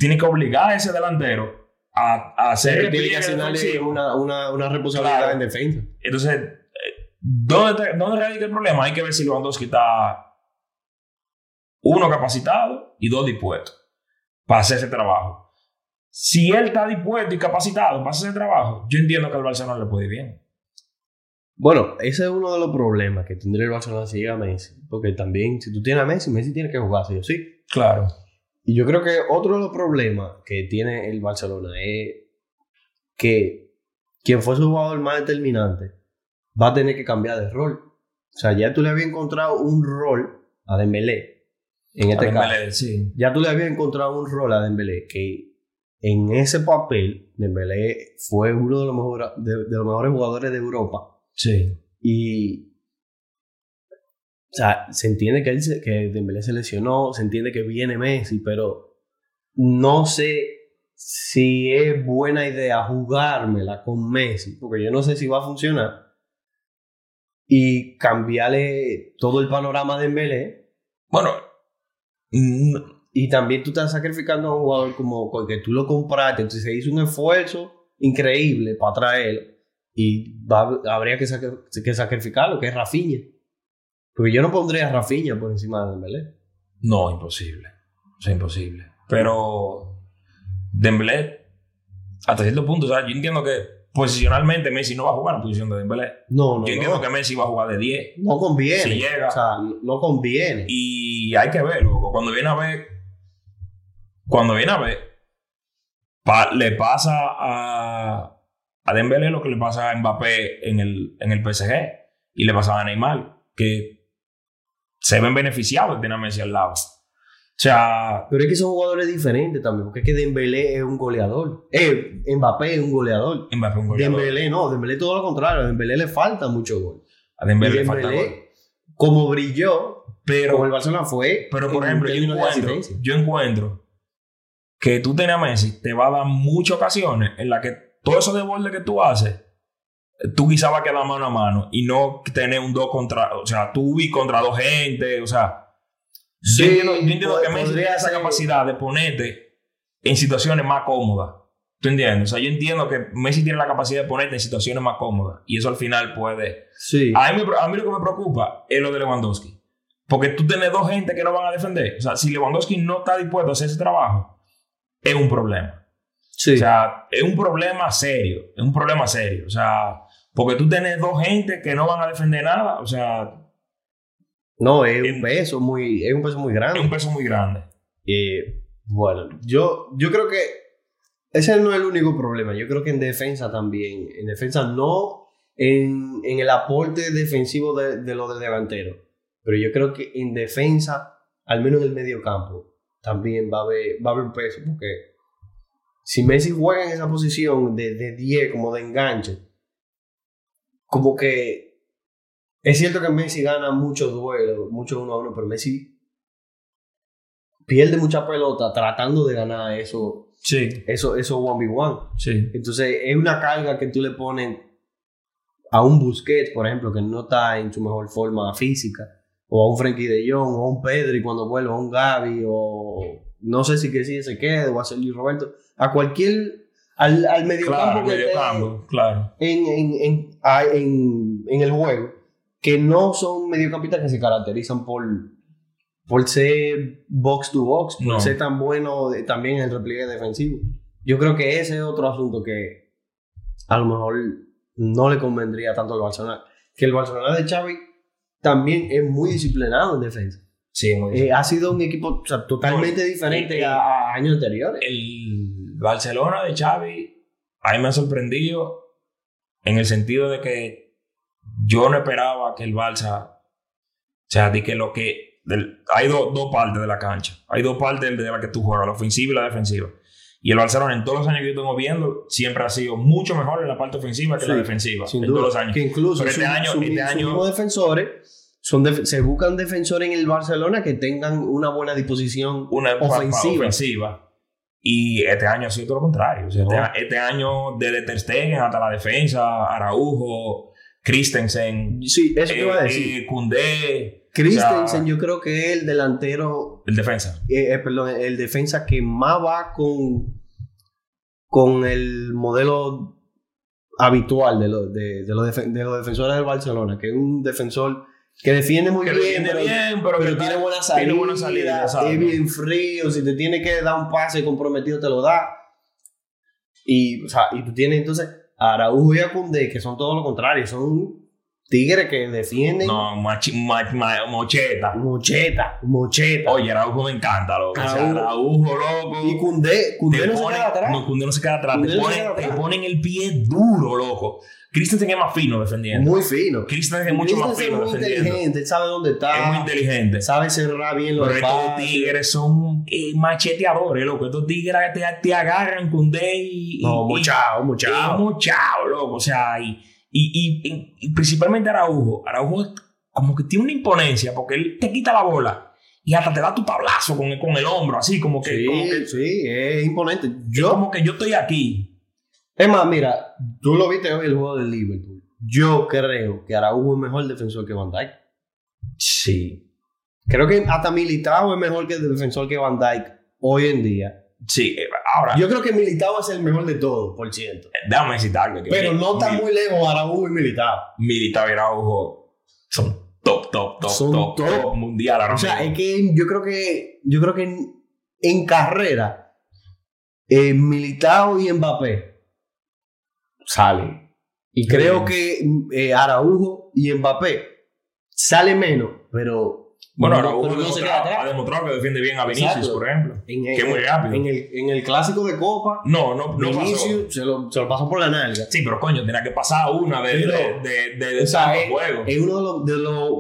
Speaker 2: tienes que obligar a ese delantero a, a hacer
Speaker 1: Tiene que
Speaker 2: repliegue
Speaker 1: asignarle
Speaker 2: defensivo.
Speaker 1: una, una, una responsabilidad
Speaker 2: Claro.
Speaker 1: en defensa.
Speaker 2: Entonces, eh, ¿dónde, te- dónde radica el problema? Hay que ver si Lewandowski está uno capacitado y dos dispuestos para hacer ese trabajo. Si él está dispuesto y capacitado para hacer ese trabajo, yo entiendo que al Barcelona le puede ir bien.
Speaker 1: Bueno, ese es uno de los problemas que tendría el Barcelona si llega Messi. Porque también, si tú tienes a Messi, Messi tiene que jugar, sí o sí.
Speaker 2: Claro.
Speaker 1: Y yo creo que otro de los problemas que tiene el Barcelona es que quien fue su jugador más determinante va a tener que cambiar de rol. O sea, ya tú le habías encontrado un rol a Dembélé. En este caso.
Speaker 2: sí.
Speaker 1: ya tú le habías encontrado un rol a Dembélé que en ese papel Dembélé fue uno de los mejores de, de los mejores jugadores de Europa
Speaker 2: Sí.
Speaker 1: y o sea, se entiende que, él se- que Dembélé se lesionó, se entiende que viene Messi, pero no sé si es buena idea jugármela con Messi, porque yo no sé si va a funcionar y cambiarle todo el panorama de Dembélé
Speaker 2: Bueno, mm,
Speaker 1: y también tú estás sacrificando a un jugador como como que tú lo compraste, entonces se hizo un esfuerzo increíble para traerlo. Y va- habría que, saca- que sacrificarlo, que es Rafiña. Porque yo no pondría a Rafiña por encima de Dembélé.
Speaker 2: no, imposible. Es imposible. Pero Dembélé, hasta cierto punto, o sea, yo entiendo que posicionalmente Messi no va a jugar en la posición de Dembélé.
Speaker 1: No, no,
Speaker 2: Yo entiendo
Speaker 1: no.
Speaker 2: que Messi va a jugar de 10
Speaker 1: No conviene.
Speaker 2: Si llega.
Speaker 1: O sea, no- no conviene.
Speaker 2: y hay que ver, loco. Cuando viene a ver, cuando viene a ver, pa- le pasa a, a Dembélé lo que le pasa a Mbappé en el, en el PSG y le pasaba a Neymar, que se ven beneficiados de tener a Messi al lado. O sea,
Speaker 1: Pero es que son jugadores diferentes también, porque es que Dembélé es un goleador. Eh, Mbappé es un goleador.
Speaker 2: Mbappé es un goleador.
Speaker 1: Dembélé no, Dembélé todo lo contrario. A Dembélé le falta mucho gol.
Speaker 2: a Dembélé
Speaker 1: Y
Speaker 2: le falta
Speaker 1: Dembélé,
Speaker 2: gol.
Speaker 1: como brilló,
Speaker 2: Pero
Speaker 1: como el Barcelona fue.
Speaker 2: Pero,
Speaker 1: en
Speaker 2: por ejemplo, yo
Speaker 1: términos de
Speaker 2: encuentro,
Speaker 1: asistencia.
Speaker 2: yo encuentro que tú tener a Messi te va a dar muchas ocasiones en las que todo eso de borde que tú haces, tú quizás vas a quedar mano a mano y no tener un dos contra, o sea, tú y contra dos gente, o sea.
Speaker 1: Sí,
Speaker 2: yo entiendo, yo entiendo
Speaker 1: pod-
Speaker 2: que Messi
Speaker 1: podría
Speaker 2: tiene esa
Speaker 1: ser-
Speaker 2: capacidad de ponerte en situaciones más cómodas. ¿Tú entiendes? O sea, yo entiendo que Messi tiene la capacidad de ponerte en situaciones más cómodas y eso al final puede.
Speaker 1: Sí.
Speaker 2: A mí, me pre- a mí lo que me preocupa es lo de Lewandowski. Porque tú tienes dos gente que no van a defender. O sea, si Lewandowski no está dispuesto a hacer ese trabajo, es un problema.
Speaker 1: sí.
Speaker 2: O sea, es un problema serio. Es un problema serio. O sea, porque tú tienes dos gente que no van a defender nada. O sea,
Speaker 1: no, es
Speaker 2: en-
Speaker 1: un peso muy, es un peso muy
Speaker 2: es un
Speaker 1: grande.
Speaker 2: peso muy grande.
Speaker 1: Eh, bueno, yo, yo creo que ese no es el único problema. Yo creo que en defensa también. En defensa no en, en el aporte defensivo de, de los de delantero. Pero yo creo que en defensa, al menos en el medio campo, también va a haber, va a haber un peso. Porque si Messi juega en esa posición de, de 10, como de enganche, como que es cierto que Messi gana muchos duelos, muchos uno a uno, pero Messi pierde mucha pelota tratando de ganar eso,
Speaker 2: Sí,
Speaker 1: eso, eso 1v1.
Speaker 2: sí.
Speaker 1: Entonces, es una carga que tú le pones a un Busquets, por ejemplo, que no está en su mejor forma física, o a un Frenkie de Jong, o a un Pedri cuando vuelva, o a un Gavi, o no sé si que sí se quede, o a Sergio Roberto, a cualquier, al, al mediocampo
Speaker 2: Claro,
Speaker 1: que
Speaker 2: medio
Speaker 1: esté-
Speaker 2: campo, claro.
Speaker 1: en, en, en, a- en, en el juego que no son mediocampistas que se caracterizan por, por ser box to box, por
Speaker 2: No.
Speaker 1: ser tan bueno de- también en el repliegue defensivo. Yo creo que ese es otro asunto que a lo mejor no le convendría tanto al Barcelona. Que el Barcelona de Xavi también es muy disciplinado en defensa.
Speaker 2: Sí, muy
Speaker 1: Eh, ha sido un equipo o sea, totalmente diferente
Speaker 2: eh,
Speaker 1: a, a años anteriores.
Speaker 2: el Barcelona de Xavi a mí me ha sorprendido en el sentido de que yo no esperaba que el Barça, o sea, de que lo que del- hay do- dos partes de la cancha, hay dos partes de la que tú juegas, la ofensiva y la defensiva. Y el Barcelona en todos los años que yo tengo viendo siempre ha sido mucho mejor en la parte ofensiva que en
Speaker 1: Sí,
Speaker 2: la defensiva.
Speaker 1: Sin
Speaker 2: en
Speaker 1: duda.
Speaker 2: todos los años.
Speaker 1: Que incluso
Speaker 2: Pero este
Speaker 1: su-
Speaker 2: año-
Speaker 1: su-
Speaker 2: este
Speaker 1: sus
Speaker 2: año-
Speaker 1: mismos defensores son def- se buscan defensores en el Barcelona que tengan una buena disposición.
Speaker 2: una pa- pa-
Speaker 1: Ofensiva.
Speaker 2: ofensiva. Y este año ha sido todo lo contrario. O sea, este,
Speaker 1: No.
Speaker 2: a- este año, desde Ter Stegen hasta la defensa, Araujo, Christensen,
Speaker 1: Sí, eso te iba a
Speaker 2: eh,
Speaker 1: decir.
Speaker 2: eh, Koundé,
Speaker 1: Christensen,
Speaker 2: o sea-
Speaker 1: yo creo que es el delantero,
Speaker 2: el defensa.
Speaker 1: eh, eh, perdón, el defensa que más va con, con el modelo habitual de, los de, de los defen- de los defensores del Barcelona, que es un defensor que defiende muy
Speaker 2: Que
Speaker 1: bien,
Speaker 2: defiende
Speaker 1: pero-
Speaker 2: bien, pero,
Speaker 1: pero
Speaker 2: que
Speaker 1: tiene
Speaker 2: está-
Speaker 1: buena salida,
Speaker 2: tiene buena salida,
Speaker 1: es
Speaker 2: ¿sabes?
Speaker 1: bien frío, si te tiene que dar un pase comprometido te lo da. Y, o sea, y tú tienes entonces a Araújo y a Koundé, que son todo lo contrario, son tigres que defienden
Speaker 2: No, machi- ma- ma- mocheta.
Speaker 1: mocheta, mocheta.
Speaker 2: Oye, Araujo me encanta, loco. O sea,
Speaker 1: Araujo.
Speaker 2: Araujo, loco.
Speaker 1: y Koundé, Koundé
Speaker 2: Oh. te
Speaker 1: no
Speaker 2: ponen-
Speaker 1: se queda atrás.
Speaker 2: no, Koundé no se queda atrás.
Speaker 1: Koundé
Speaker 2: Te
Speaker 1: no se
Speaker 2: ponen,
Speaker 1: queda
Speaker 2: te
Speaker 1: atrás.
Speaker 2: ponen el pie duro, loco. Christensen es más fino defendiendo.
Speaker 1: muy fino.
Speaker 2: Christensen es mucho más
Speaker 1: Christensen
Speaker 2: fino
Speaker 1: es muy
Speaker 2: defendiendo.
Speaker 1: inteligente, él sabe dónde
Speaker 2: Es muy
Speaker 1: está,
Speaker 2: inteligente.
Speaker 1: sabe cerrar bien los
Speaker 2: Pero estos
Speaker 1: espacios.
Speaker 2: tigres son eh, macheteadores, loco. Estos tigres te, te agarran con D y. y-
Speaker 1: No,
Speaker 2: y-
Speaker 1: muchao,
Speaker 2: y-
Speaker 1: muchao.
Speaker 2: muchao, loco. O sea, y, y- y- y- y principalmente Araujo. Araujo como que tiene una imponencia porque él te quita la bola y hasta te da tu tablazo con el, con el hombro, así como que, como,
Speaker 1: Sí,
Speaker 2: que
Speaker 1: sí, es imponente. Yo,
Speaker 2: como que yo estoy aquí.
Speaker 1: Es más, mira, tú lo viste hoy el juego del Liverpool. Yo creo que Araújo es mejor defensor que Van Dijk.
Speaker 2: Sí.
Speaker 1: Creo que hasta Militao es mejor que el defensor que Van Dijk hoy en día.
Speaker 2: Sí, eh, ahora,
Speaker 1: Yo creo que Militao es el mejor de todos, por cierto.
Speaker 2: déjame decirte algo. que
Speaker 1: Pero
Speaker 2: mi-
Speaker 1: no está
Speaker 2: mi-
Speaker 1: muy lejos Araújo y Militao.
Speaker 2: Militao y Araujo son top, top, top,
Speaker 1: Son
Speaker 2: top,
Speaker 1: top.
Speaker 2: top mundial ahora
Speaker 1: O sea,
Speaker 2: mismo.
Speaker 1: es que yo creo que yo creo que en, en carrera eh, Militao y Mbappé salen. Y creo que eh, Araujo y Mbappé salen menos, pero
Speaker 2: Bueno,
Speaker 1: no,
Speaker 2: Araujo
Speaker 1: pero no se queda
Speaker 2: demostrado- ha
Speaker 1: atrás.
Speaker 2: demostrado que defiende bien a Vinicius,
Speaker 1: Exacto.
Speaker 2: por ejemplo.
Speaker 1: En
Speaker 2: que es muy
Speaker 1: el,
Speaker 2: rápido.
Speaker 1: en el, en el clásico de Copa,
Speaker 2: No, no, no pasó.
Speaker 1: Vinicius se lo, se lo pasó por la nalga.
Speaker 2: Sí, pero coño, tenía que pasar una de, de,
Speaker 1: Pero-
Speaker 2: de, de- de
Speaker 1: o sea,
Speaker 2: tanto
Speaker 1: es-
Speaker 2: juego.
Speaker 1: Es uno de los, de los,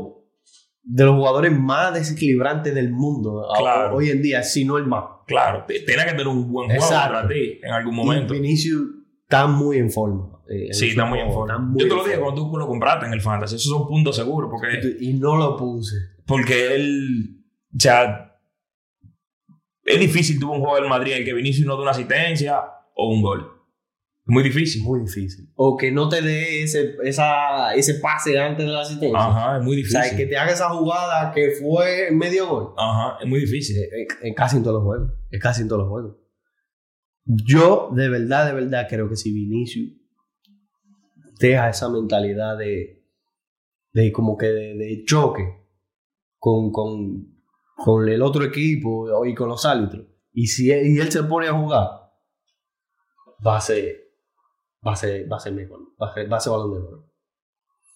Speaker 1: de los jugadores más desequilibrantes del mundo a-
Speaker 2: Claro.
Speaker 1: hoy en día, si no el más.
Speaker 2: claro, te- tenía que tener un buen juego
Speaker 1: Exacto.
Speaker 2: para ti en algún
Speaker 1: Y
Speaker 2: momento.
Speaker 1: Vinicius está muy en forma. Eh,
Speaker 2: Sí, está muy en forma.
Speaker 1: está muy
Speaker 2: Yo te lo
Speaker 1: en
Speaker 2: dije
Speaker 1: forma.
Speaker 2: cuando tú lo compraste en el Fantasy. Esos son puntos seguros. Porque,
Speaker 1: Y no lo puse.
Speaker 2: porque él. O sea. Es difícil tuvo un juego del Madrid en el que Vinicius no da una asistencia o un gol. Muy difícil.
Speaker 1: Muy difícil. O que no te dé ese, esa, ese pase antes de la asistencia.
Speaker 2: Ajá, es muy
Speaker 1: O
Speaker 2: difícil.
Speaker 1: sea, que te haga esa jugada que fue medio gol.
Speaker 2: Ajá, es muy difícil.
Speaker 1: Eh, eh, en casi en todos los juegos. Es casi en todos los juegos. Yo de verdad, de verdad creo que si Vinicius deja esa mentalidad de, de como que de, de choque con, con, con el otro equipo y con los árbitros, y si él, y él se pone a jugar, va a ser, va a ser, va a ser mejor, va a ser, va a ser balón de oro.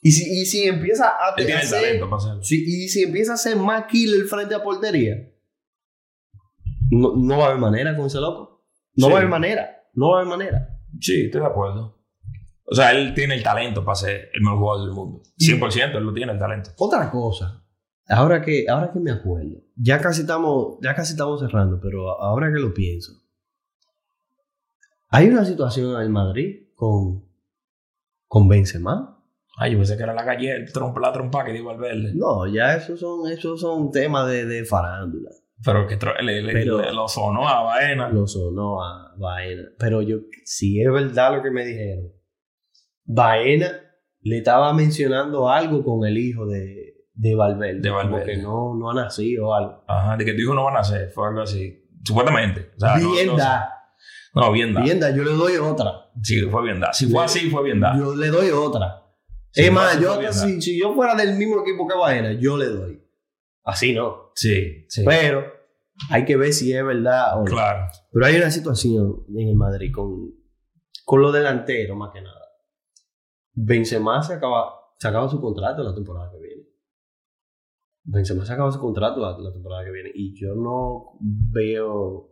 Speaker 1: Y si, y si empieza a,
Speaker 2: Él tiene
Speaker 1: a
Speaker 2: el
Speaker 1: ser-
Speaker 2: talento para hacerlo.
Speaker 1: si- y si empieza a ser más killer frente a portería, No, no va a haber manera con ese loco. No
Speaker 2: Sí.
Speaker 1: va a haber manera. No va a haber manera.
Speaker 2: Sí, estoy de acuerdo. O sea, él tiene el talento para ser el mejor jugador del mundo. 100%, él lo tiene el talento.
Speaker 1: Otra cosa. Ahora que, ahora que me acuerdo. Ya casi estamos, ya casi estamos cerrando, pero ahora que lo pienso. Hay una situación en el Madrid con, con Benzema.
Speaker 2: Ay, yo pensé que era la calle, el trompa, la trompa que dio Valverde.
Speaker 1: No, ya esos son, esos son temas de, de farándula.
Speaker 2: Pero que tro- le, le-
Speaker 1: Pero-
Speaker 2: le- lo sonó a Baena.
Speaker 1: Lo sonó a Baena. Pero yo, si es verdad lo que me dijeron, Baena le estaba mencionando algo con el hijo de, de Valverde.
Speaker 2: De Valverde.
Speaker 1: Como que no, no ha nacido o algo.
Speaker 2: Ajá, de que tu hijo no van a hacer, fue algo así. Supuestamente. O sea, Ah, no-
Speaker 1: Vienda,
Speaker 2: No, no, bien da.
Speaker 1: vienda, yo le doy otra.
Speaker 2: Sí, fue bien da. Si fue así, fue bien da.
Speaker 1: Yo le doy otra.
Speaker 2: Sí,
Speaker 1: es más,
Speaker 2: no,
Speaker 1: yo
Speaker 2: no,
Speaker 1: hasta
Speaker 2: no.
Speaker 1: si, si yo fuera del mismo equipo que Baena, yo le doy. Así no.
Speaker 2: Sí, sí.
Speaker 1: Pero hay que ver si es verdad o no.
Speaker 2: claro.
Speaker 1: Pero hay una situación en el Madrid con, con los delanteros, más que nada. Benzema se acaba, se acaba su contrato la temporada que viene. Benzema se acaba su contrato la, la temporada que viene. Y yo no veo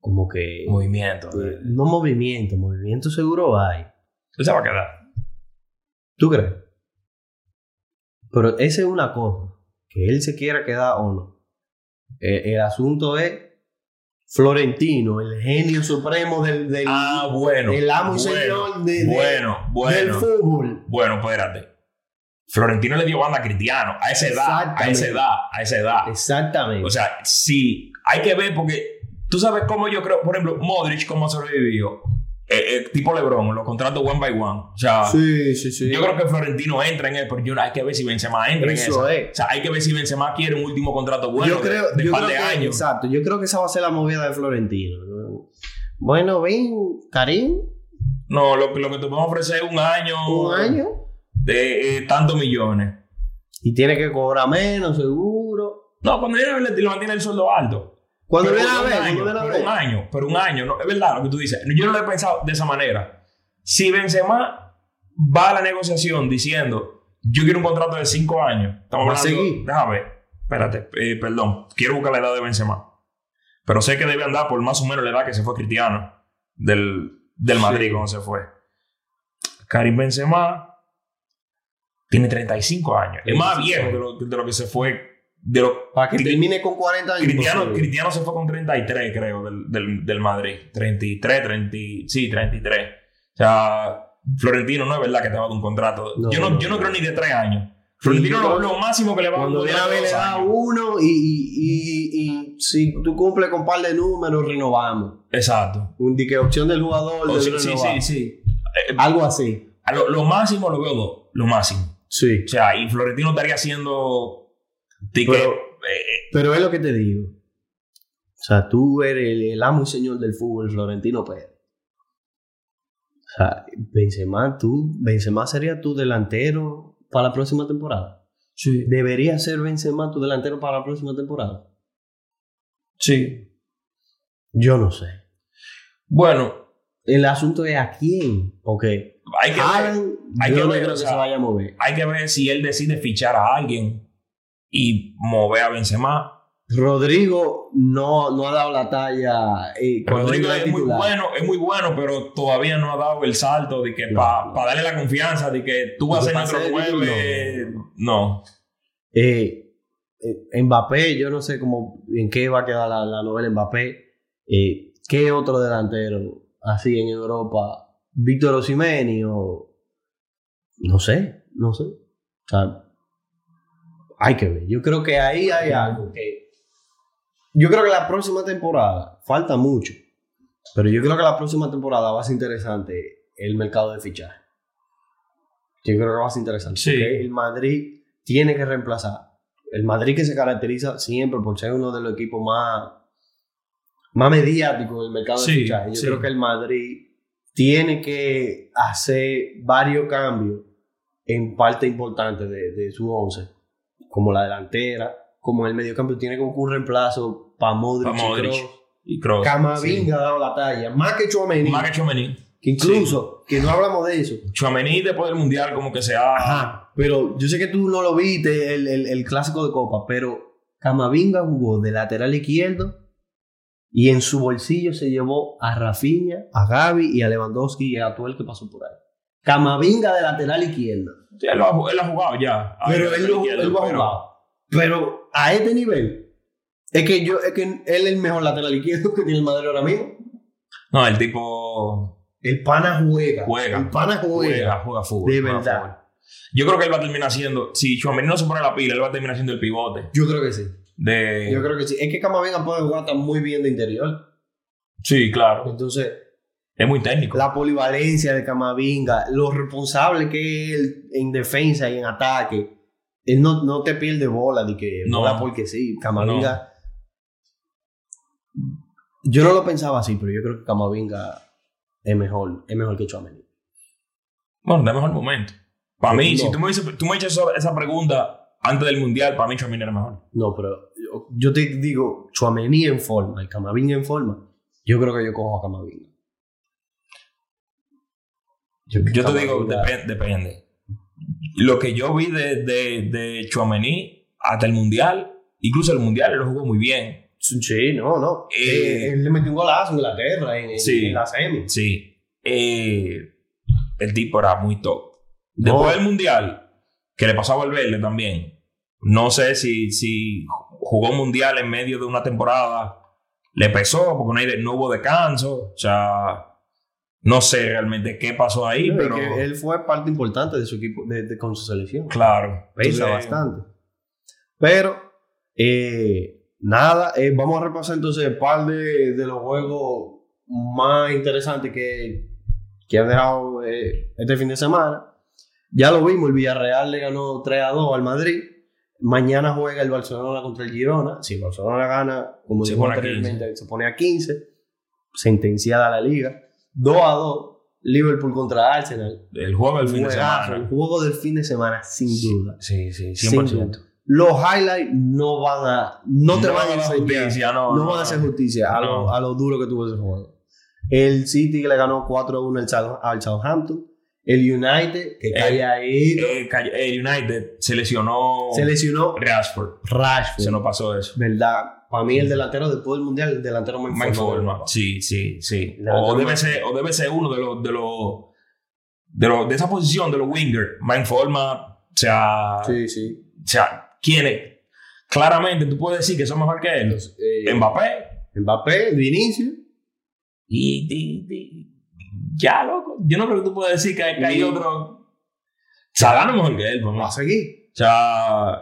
Speaker 1: como que...
Speaker 2: Movimiento.
Speaker 1: eh, no movimiento, movimiento seguro hay.
Speaker 2: Él se va a quedar.
Speaker 1: ¿Tú crees? Pero esa es una cosa, que él se quiera quedar o no. Eh, el asunto es Florentino, el genio supremo del, del,
Speaker 2: Ah, bueno.
Speaker 1: del amo y
Speaker 2: bueno,
Speaker 1: señor de- de-
Speaker 2: Bueno,
Speaker 1: del
Speaker 2: bueno.
Speaker 1: fútbol.
Speaker 2: Bueno, pues, espérate. Florentino le dio banda a Cristiano. A esa edad, a
Speaker 1: Exactamente.
Speaker 2: esa edad, a esa edad.
Speaker 1: Exactamente.
Speaker 2: O sea, sí, hay que ver porque tú sabes cómo yo creo, por ejemplo, Modric, cómo sobrevivió. Eh, eh, tipo Lebron, los contratos one by one. O sea,
Speaker 1: sí, sí, sí.
Speaker 2: yo creo que Florentino entra en él, pero yo, hay que ver si Benzema entra en
Speaker 1: Eso
Speaker 2: eso.
Speaker 1: es.
Speaker 2: O sea, hay que ver si Benzema quiere un último contrato bueno
Speaker 1: yo creo,
Speaker 2: de, de
Speaker 1: yo
Speaker 2: par
Speaker 1: creo
Speaker 2: de
Speaker 1: que,
Speaker 2: años.
Speaker 1: Exacto, yo creo que esa va a ser la movida de Florentino. Bueno, ven, Karim,
Speaker 2: No, lo, que- lo que te podemos ofrecer es un año,
Speaker 1: un año.
Speaker 2: de eh, tantos millones.
Speaker 1: Y tiene que cobrar menos, seguro.
Speaker 2: No, cuando viene a ver, le mantiene el sueldo alto.
Speaker 1: Cuando
Speaker 2: Pero
Speaker 1: viene a
Speaker 2: un
Speaker 1: ver,
Speaker 2: año,
Speaker 1: cuando viene a
Speaker 2: pero
Speaker 1: ver.
Speaker 2: un año, pero un año, no, es verdad lo que tú dices. Yo no lo he pensado de esa manera. Si Benzema va a la negociación diciendo, yo quiero un contrato de cinco años, estamos
Speaker 1: Va a
Speaker 2: hablando-
Speaker 1: seguir.
Speaker 2: déjame ver, espérate, eh, perdón, quiero buscar la edad de Benzema. Pero sé que debe andar por más o menos la edad que se fue Cristiano del, del Madrid cuando se fue. Karim Benzema tiene 35 años. Es más
Speaker 1: 35.
Speaker 2: viejo de lo, de lo que se fue. De lo,
Speaker 1: Para que
Speaker 2: Cri-
Speaker 1: termine con 40 años.
Speaker 2: Cristiano,
Speaker 1: pues,
Speaker 2: Cristiano se fue con 33, creo, del, del, del Madrid. 33, 30, sí, 33. O sea, Florentino no es verdad que te va a dar un contrato.
Speaker 1: No,
Speaker 2: yo, no,
Speaker 1: no,
Speaker 2: yo no
Speaker 1: no.
Speaker 2: creo ni de 3 años. Florentino
Speaker 1: yo
Speaker 2: lo,
Speaker 1: creo-
Speaker 2: lo máximo que le va a dar un
Speaker 1: Cuando viene a
Speaker 2: contrato
Speaker 1: ver, le
Speaker 2: de dos
Speaker 1: da
Speaker 2: años.
Speaker 1: uno y, y- y- y si tú cumples con un par de números, renovamos.
Speaker 2: Exacto.
Speaker 1: Un dique opción del jugador,
Speaker 2: O
Speaker 1: del
Speaker 2: Oh, sí, sí, sí,
Speaker 1: renovamos.
Speaker 2: sí. Eh,
Speaker 1: Algo así.
Speaker 2: a lo, lo máximo lo veo dos. Lo máximo.
Speaker 1: Sí.
Speaker 2: O sea, y Florentino estaría haciendo. ticket,
Speaker 1: Pero-
Speaker 2: eh,
Speaker 1: Pero es lo que te digo. O sea, tú eres el, el amo y señor del fútbol, Florentino Pérez. O sea, Benzema, tú, Benzema sería tu delantero para la próxima temporada.
Speaker 2: sí,
Speaker 1: Debería ser Benzema tu delantero para la próxima temporada.
Speaker 2: sí.
Speaker 1: Yo no sé.
Speaker 2: Bueno,
Speaker 1: El asunto es a quién. Porque
Speaker 2: hay que ver.
Speaker 1: Haaland,
Speaker 2: hay
Speaker 1: yo
Speaker 2: que
Speaker 1: no
Speaker 2: ver,
Speaker 1: creo
Speaker 2: o
Speaker 1: que
Speaker 2: sea,
Speaker 1: se vaya a mover.
Speaker 2: hay que ver si él decide fichar a alguien y mover a Benzema.
Speaker 1: Rodrigo no, no ha dado la talla eh, cuando
Speaker 2: Rodrigo
Speaker 1: entra
Speaker 2: es muy
Speaker 1: titular.
Speaker 2: bueno, es muy bueno, pero todavía no ha dado el salto de que
Speaker 1: No,
Speaker 2: para
Speaker 1: no.
Speaker 2: darle la confianza de que tú vas a
Speaker 1: De
Speaker 2: ser nuestro
Speaker 1: pase de
Speaker 2: nueve.
Speaker 1: título,
Speaker 2: No.
Speaker 1: Eh, eh, Mbappé, yo no sé cómo, en qué va a quedar la, la novela Mbappé. Eh, ¿Qué otro delantero así en Europa? ¿Víctor Osimeni o...? No sé, no sé. O sea, hay que ver. Yo creo que ahí hay algo que... Yo creo que la próxima temporada, falta mucho, pero yo creo que la próxima temporada va a ser interesante el mercado de fichajes. Yo creo que va a ser interesante.
Speaker 2: Sí.
Speaker 1: porque El Madrid tiene que reemplazar. El Madrid que se caracteriza siempre por ser uno de los equipos más, más mediáticos en el mercado de
Speaker 2: Sí,
Speaker 1: fichajes. Yo
Speaker 2: sí.
Speaker 1: creo que el Madrid tiene que hacer varios cambios en parte importante de, de su once, como la delantera, como el mediocampo, tiene como que un reemplazo para Modric,
Speaker 2: Pa' Modric.
Speaker 1: y Kroos.
Speaker 2: Y Kroos.
Speaker 1: Camavinga ha dado la talla, más que
Speaker 2: Sí.
Speaker 1: Chouameni,
Speaker 2: Más que Chouameni.
Speaker 1: que incluso, que no hablamos de eso.
Speaker 2: Chouameni después del Mundial como que se ha...
Speaker 1: Ajá, pero yo sé que tú no lo viste, el, el- el clásico de Copa, pero Camavinga jugó de lateral izquierdo Y en su bolsillo se llevó a Rafinha, a Gaby y a Lewandowski y a todo el que pasó por ahí. Camavinga de lateral izquierda.
Speaker 2: Sí, él, lo ha, él ha jugado ya. Ay,
Speaker 1: pero él, lo,
Speaker 2: Ah, izquierdo,
Speaker 1: él lo ha
Speaker 2: pero-
Speaker 1: jugado. Pero a este nivel, es que yo, es que él es el mejor lateral izquierdo que tiene el Madrid ahora mismo.
Speaker 2: No, el tipo
Speaker 1: El pana juega.
Speaker 2: Juega.
Speaker 1: El pana
Speaker 2: juega,
Speaker 1: juega.
Speaker 2: juega fútbol.
Speaker 1: De
Speaker 2: juega
Speaker 1: verdad.
Speaker 2: fútbol. Yo creo que él va a terminar siendo, si Chouameni no se pone la pila, él va a terminar siendo el pivote
Speaker 1: Yo creo que sí.
Speaker 2: de...
Speaker 1: Yo creo que sí. Es que Camavinga puede jugar tan muy bien de interior.
Speaker 2: Sí, claro.
Speaker 1: Entonces,
Speaker 2: Es muy técnico.
Speaker 1: la polivalencia de Camavinga, lo responsable que es él en defensa y en ataque. Él no, no te pierde bola de que
Speaker 2: No.
Speaker 1: bola porque sí. Camavinga. Yo no lo pensaba así, pero yo creo que Camavinga es mejor, es mejor que Chouameni.
Speaker 2: Bueno, de mejor momento. Para mí,
Speaker 1: No.
Speaker 2: si tú me, dices- tú me echas esa, esa pregunta antes del Mundial, para mí Chouameni era mejor.
Speaker 1: No, pero yo, yo te digo, Chouameni en forma, el Camavinga en forma. Yo creo que yo cojo a Camavinga.
Speaker 2: Yo te digo,
Speaker 1: Camavinga-
Speaker 2: depe- depende. Lo que yo vi de, de, de Chouameni hasta el Mundial, incluso el Mundial, él lo jugó muy bien.
Speaker 1: Sí, no, no.
Speaker 2: Eh,
Speaker 1: Eh, él le metió un golazo a Inglaterra en, en-
Speaker 2: Sí.
Speaker 1: en la semi.
Speaker 2: Sí. Eh, el tipo era muy top. Después
Speaker 1: No.
Speaker 2: del Mundial, que le pasó a Valverde también. No sé si, si jugó Mundial en medio de una temporada. Le pesó porque no, hay- no hubo descanso. O sea, no sé realmente qué pasó ahí,
Speaker 1: No, es
Speaker 2: pero...
Speaker 1: que él fue parte importante de su equipo, de, de- con su selección.
Speaker 2: Claro.
Speaker 1: Pesa
Speaker 2: Entonces,
Speaker 1: bastante. Pero, eh, nada, eh, vamos a repasar entonces el par de, de los juegos más interesantes que, que han dejado eh, este fin de semana. Ya lo vimos, el Villarreal le ganó 3 a 2 al Madrid. Mañana juega el Barcelona contra el Girona. Si el Barcelona gana, como
Speaker 2: Se
Speaker 1: dijo
Speaker 2: pone a
Speaker 1: anteriormente, se pone a 15. Sentenciada la liga. 2 a 2. Liverpool contra Arsenal.
Speaker 2: El juego del fin de
Speaker 1: Juegazo,
Speaker 2: semana.
Speaker 1: El juego del fin de semana, sin duda.
Speaker 2: Sí, sí,
Speaker 1: Sin Los highlights no van a. No te van a
Speaker 2: dar
Speaker 1: hacer justicia.
Speaker 2: justicia, no.
Speaker 1: No van a hacer justicia a,
Speaker 2: No.
Speaker 1: lo, a lo duro que tuvo ese juego. El City que le ganó 4 1 al, South- al Southampton. El United que
Speaker 2: Eh,
Speaker 1: caía ahí.
Speaker 2: Eh, cayó- el United se lesionó
Speaker 1: se lesionó
Speaker 2: Rashford.
Speaker 1: Rashford.
Speaker 2: Se nos pasó eso.
Speaker 1: ¿Verdad? Para mí, el delantero después del mundial, el delantero más
Speaker 2: Mike Forman.
Speaker 1: del
Speaker 2: Sí, sí, sí.
Speaker 1: La
Speaker 2: O
Speaker 1: otra
Speaker 2: debe,
Speaker 1: más-
Speaker 2: ser, o debe ser uno de los. De, los, de, los- de esa posición de los winger. Mike Forman. O sea,
Speaker 1: mapa. Sí, sí.
Speaker 2: o sea, ¿quién es? Claramente tú puedes decir que son mejor que él.
Speaker 1: Entonces, eh,
Speaker 2: Mbappé.
Speaker 1: Mbappé, Vinicius.
Speaker 2: Y, y- y- Ya, loco. Yo no creo que tú puedas decir que hay, que hay
Speaker 1: Y-
Speaker 2: otro. Salah no es mejor que él, por
Speaker 1: Va a
Speaker 2: más.
Speaker 1: seguir.
Speaker 2: O sea,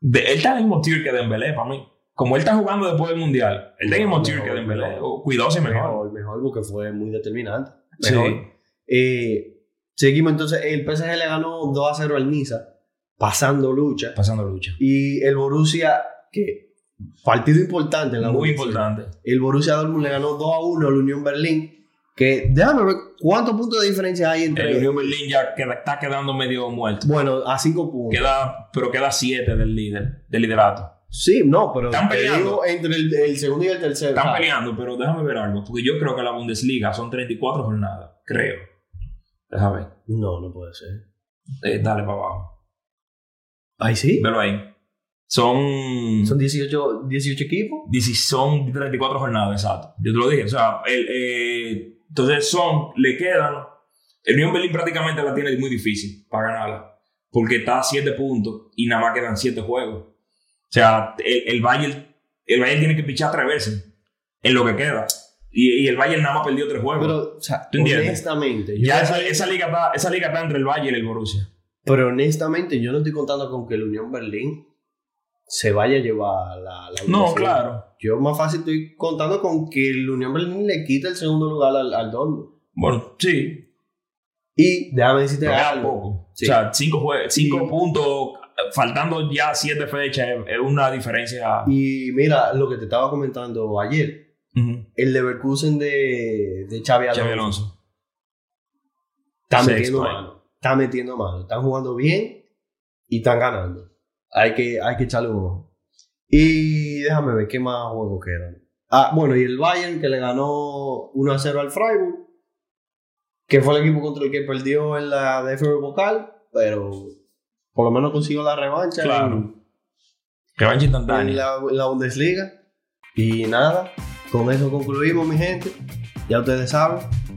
Speaker 2: de- él está en el mismo tier que Dembélé para mí. Como él está jugando después del Mundial, él está en el mismo
Speaker 1: Mejor,
Speaker 2: tier que Dembélé.
Speaker 1: mejor.
Speaker 2: O Cuidado si mejor.
Speaker 1: Mejor, mejor, porque fue muy determinante.
Speaker 2: Sí.
Speaker 1: Mejor. Eh, seguimos entonces. El PSG le ganó 2 a 0 al Niza, pasando lucha.
Speaker 2: Pasando lucha.
Speaker 1: Y el Borussia, que partido importante en la
Speaker 2: Muy
Speaker 1: Bundesliga.
Speaker 2: importante.
Speaker 1: El Borussia Dortmund le ganó 2 a 1 al Unión Berlín. Que déjame ver cuántos puntos de diferencia hay entre
Speaker 2: El Unión Berlín ya queda- está quedando medio muerto.
Speaker 1: Bueno, a 5 puntos.
Speaker 2: Queda, pero queda 7 del líder, del liderato.
Speaker 1: Sí, no, pero
Speaker 2: Están
Speaker 1: te
Speaker 2: peleando.
Speaker 1: digo entre el, el segundo y el tercero.
Speaker 2: Están
Speaker 1: o sea,
Speaker 2: peleando, pero déjame ver algo. Porque yo creo que la Bundesliga son 34 jornadas. Creo. Déjame ver.
Speaker 1: No, no puede ser.
Speaker 2: Eh, dale para abajo.
Speaker 1: Ahí sí.
Speaker 2: Velo ahí. Son.
Speaker 1: Son 18, 18 equipos.
Speaker 2: 16 son 34 jornadas, exacto. Yo te lo dije. O sea, el, eh, entonces son, le quedan. El Unión Berlín prácticamente la tiene muy difícil para ganarla. Porque está a 7 puntos y nada más quedan 7 juegos. O sea, el, el Bayern el Bayern tiene que pichar tres veces en lo que queda. Y, y el Bayern nada más perdió tres juegos.
Speaker 1: Pero, o sea,
Speaker 2: ¿Tú entiendes?
Speaker 1: honestamente. yo
Speaker 2: ya
Speaker 1: no
Speaker 2: esa,
Speaker 1: sé-
Speaker 2: esa liga está, esa liga está entre el Bayern y el Borussia.
Speaker 1: Pero honestamente, yo no estoy contando con que el Unión Berlín se vaya a llevar la, la
Speaker 2: No,
Speaker 1: Bundesliga.
Speaker 2: claro.
Speaker 1: Yo más fácil estoy contando con que el Unión Berlín le quita el segundo lugar al, al Dortmund.
Speaker 2: Bueno, sí.
Speaker 1: Y déjame decirte
Speaker 2: Pero queda
Speaker 1: algo.
Speaker 2: poco.
Speaker 1: Sí.
Speaker 2: O sea, cinco, jue- cinco
Speaker 1: Y-
Speaker 2: puntos, faltando ya siete fechas, es- es una diferencia.
Speaker 1: Y mira, lo que te estaba comentando ayer.
Speaker 2: Ujú.
Speaker 1: El Leverkusen de, de Xavi Alonso
Speaker 2: Xabi Alonso.
Speaker 1: está
Speaker 2: Sexto,
Speaker 1: metiendo
Speaker 2: eh.
Speaker 1: mano. Está metiendo mano. Están jugando bien y están ganando. Hay que, hay que echarle un ojo. Y déjame ver qué más juegos quedan. Ah, bueno, y el Bayern que le ganó 1 a 0 al Freiburg, que fue el equipo contra el que perdió en la DFB vocal, pero por lo menos consiguió la revancha en-
Speaker 2: Claro. Revancha
Speaker 1: en,
Speaker 2: instantánea.
Speaker 1: la, en la Bundesliga. Y nada, con eso concluimos, mi gente. Ya ustedes saben,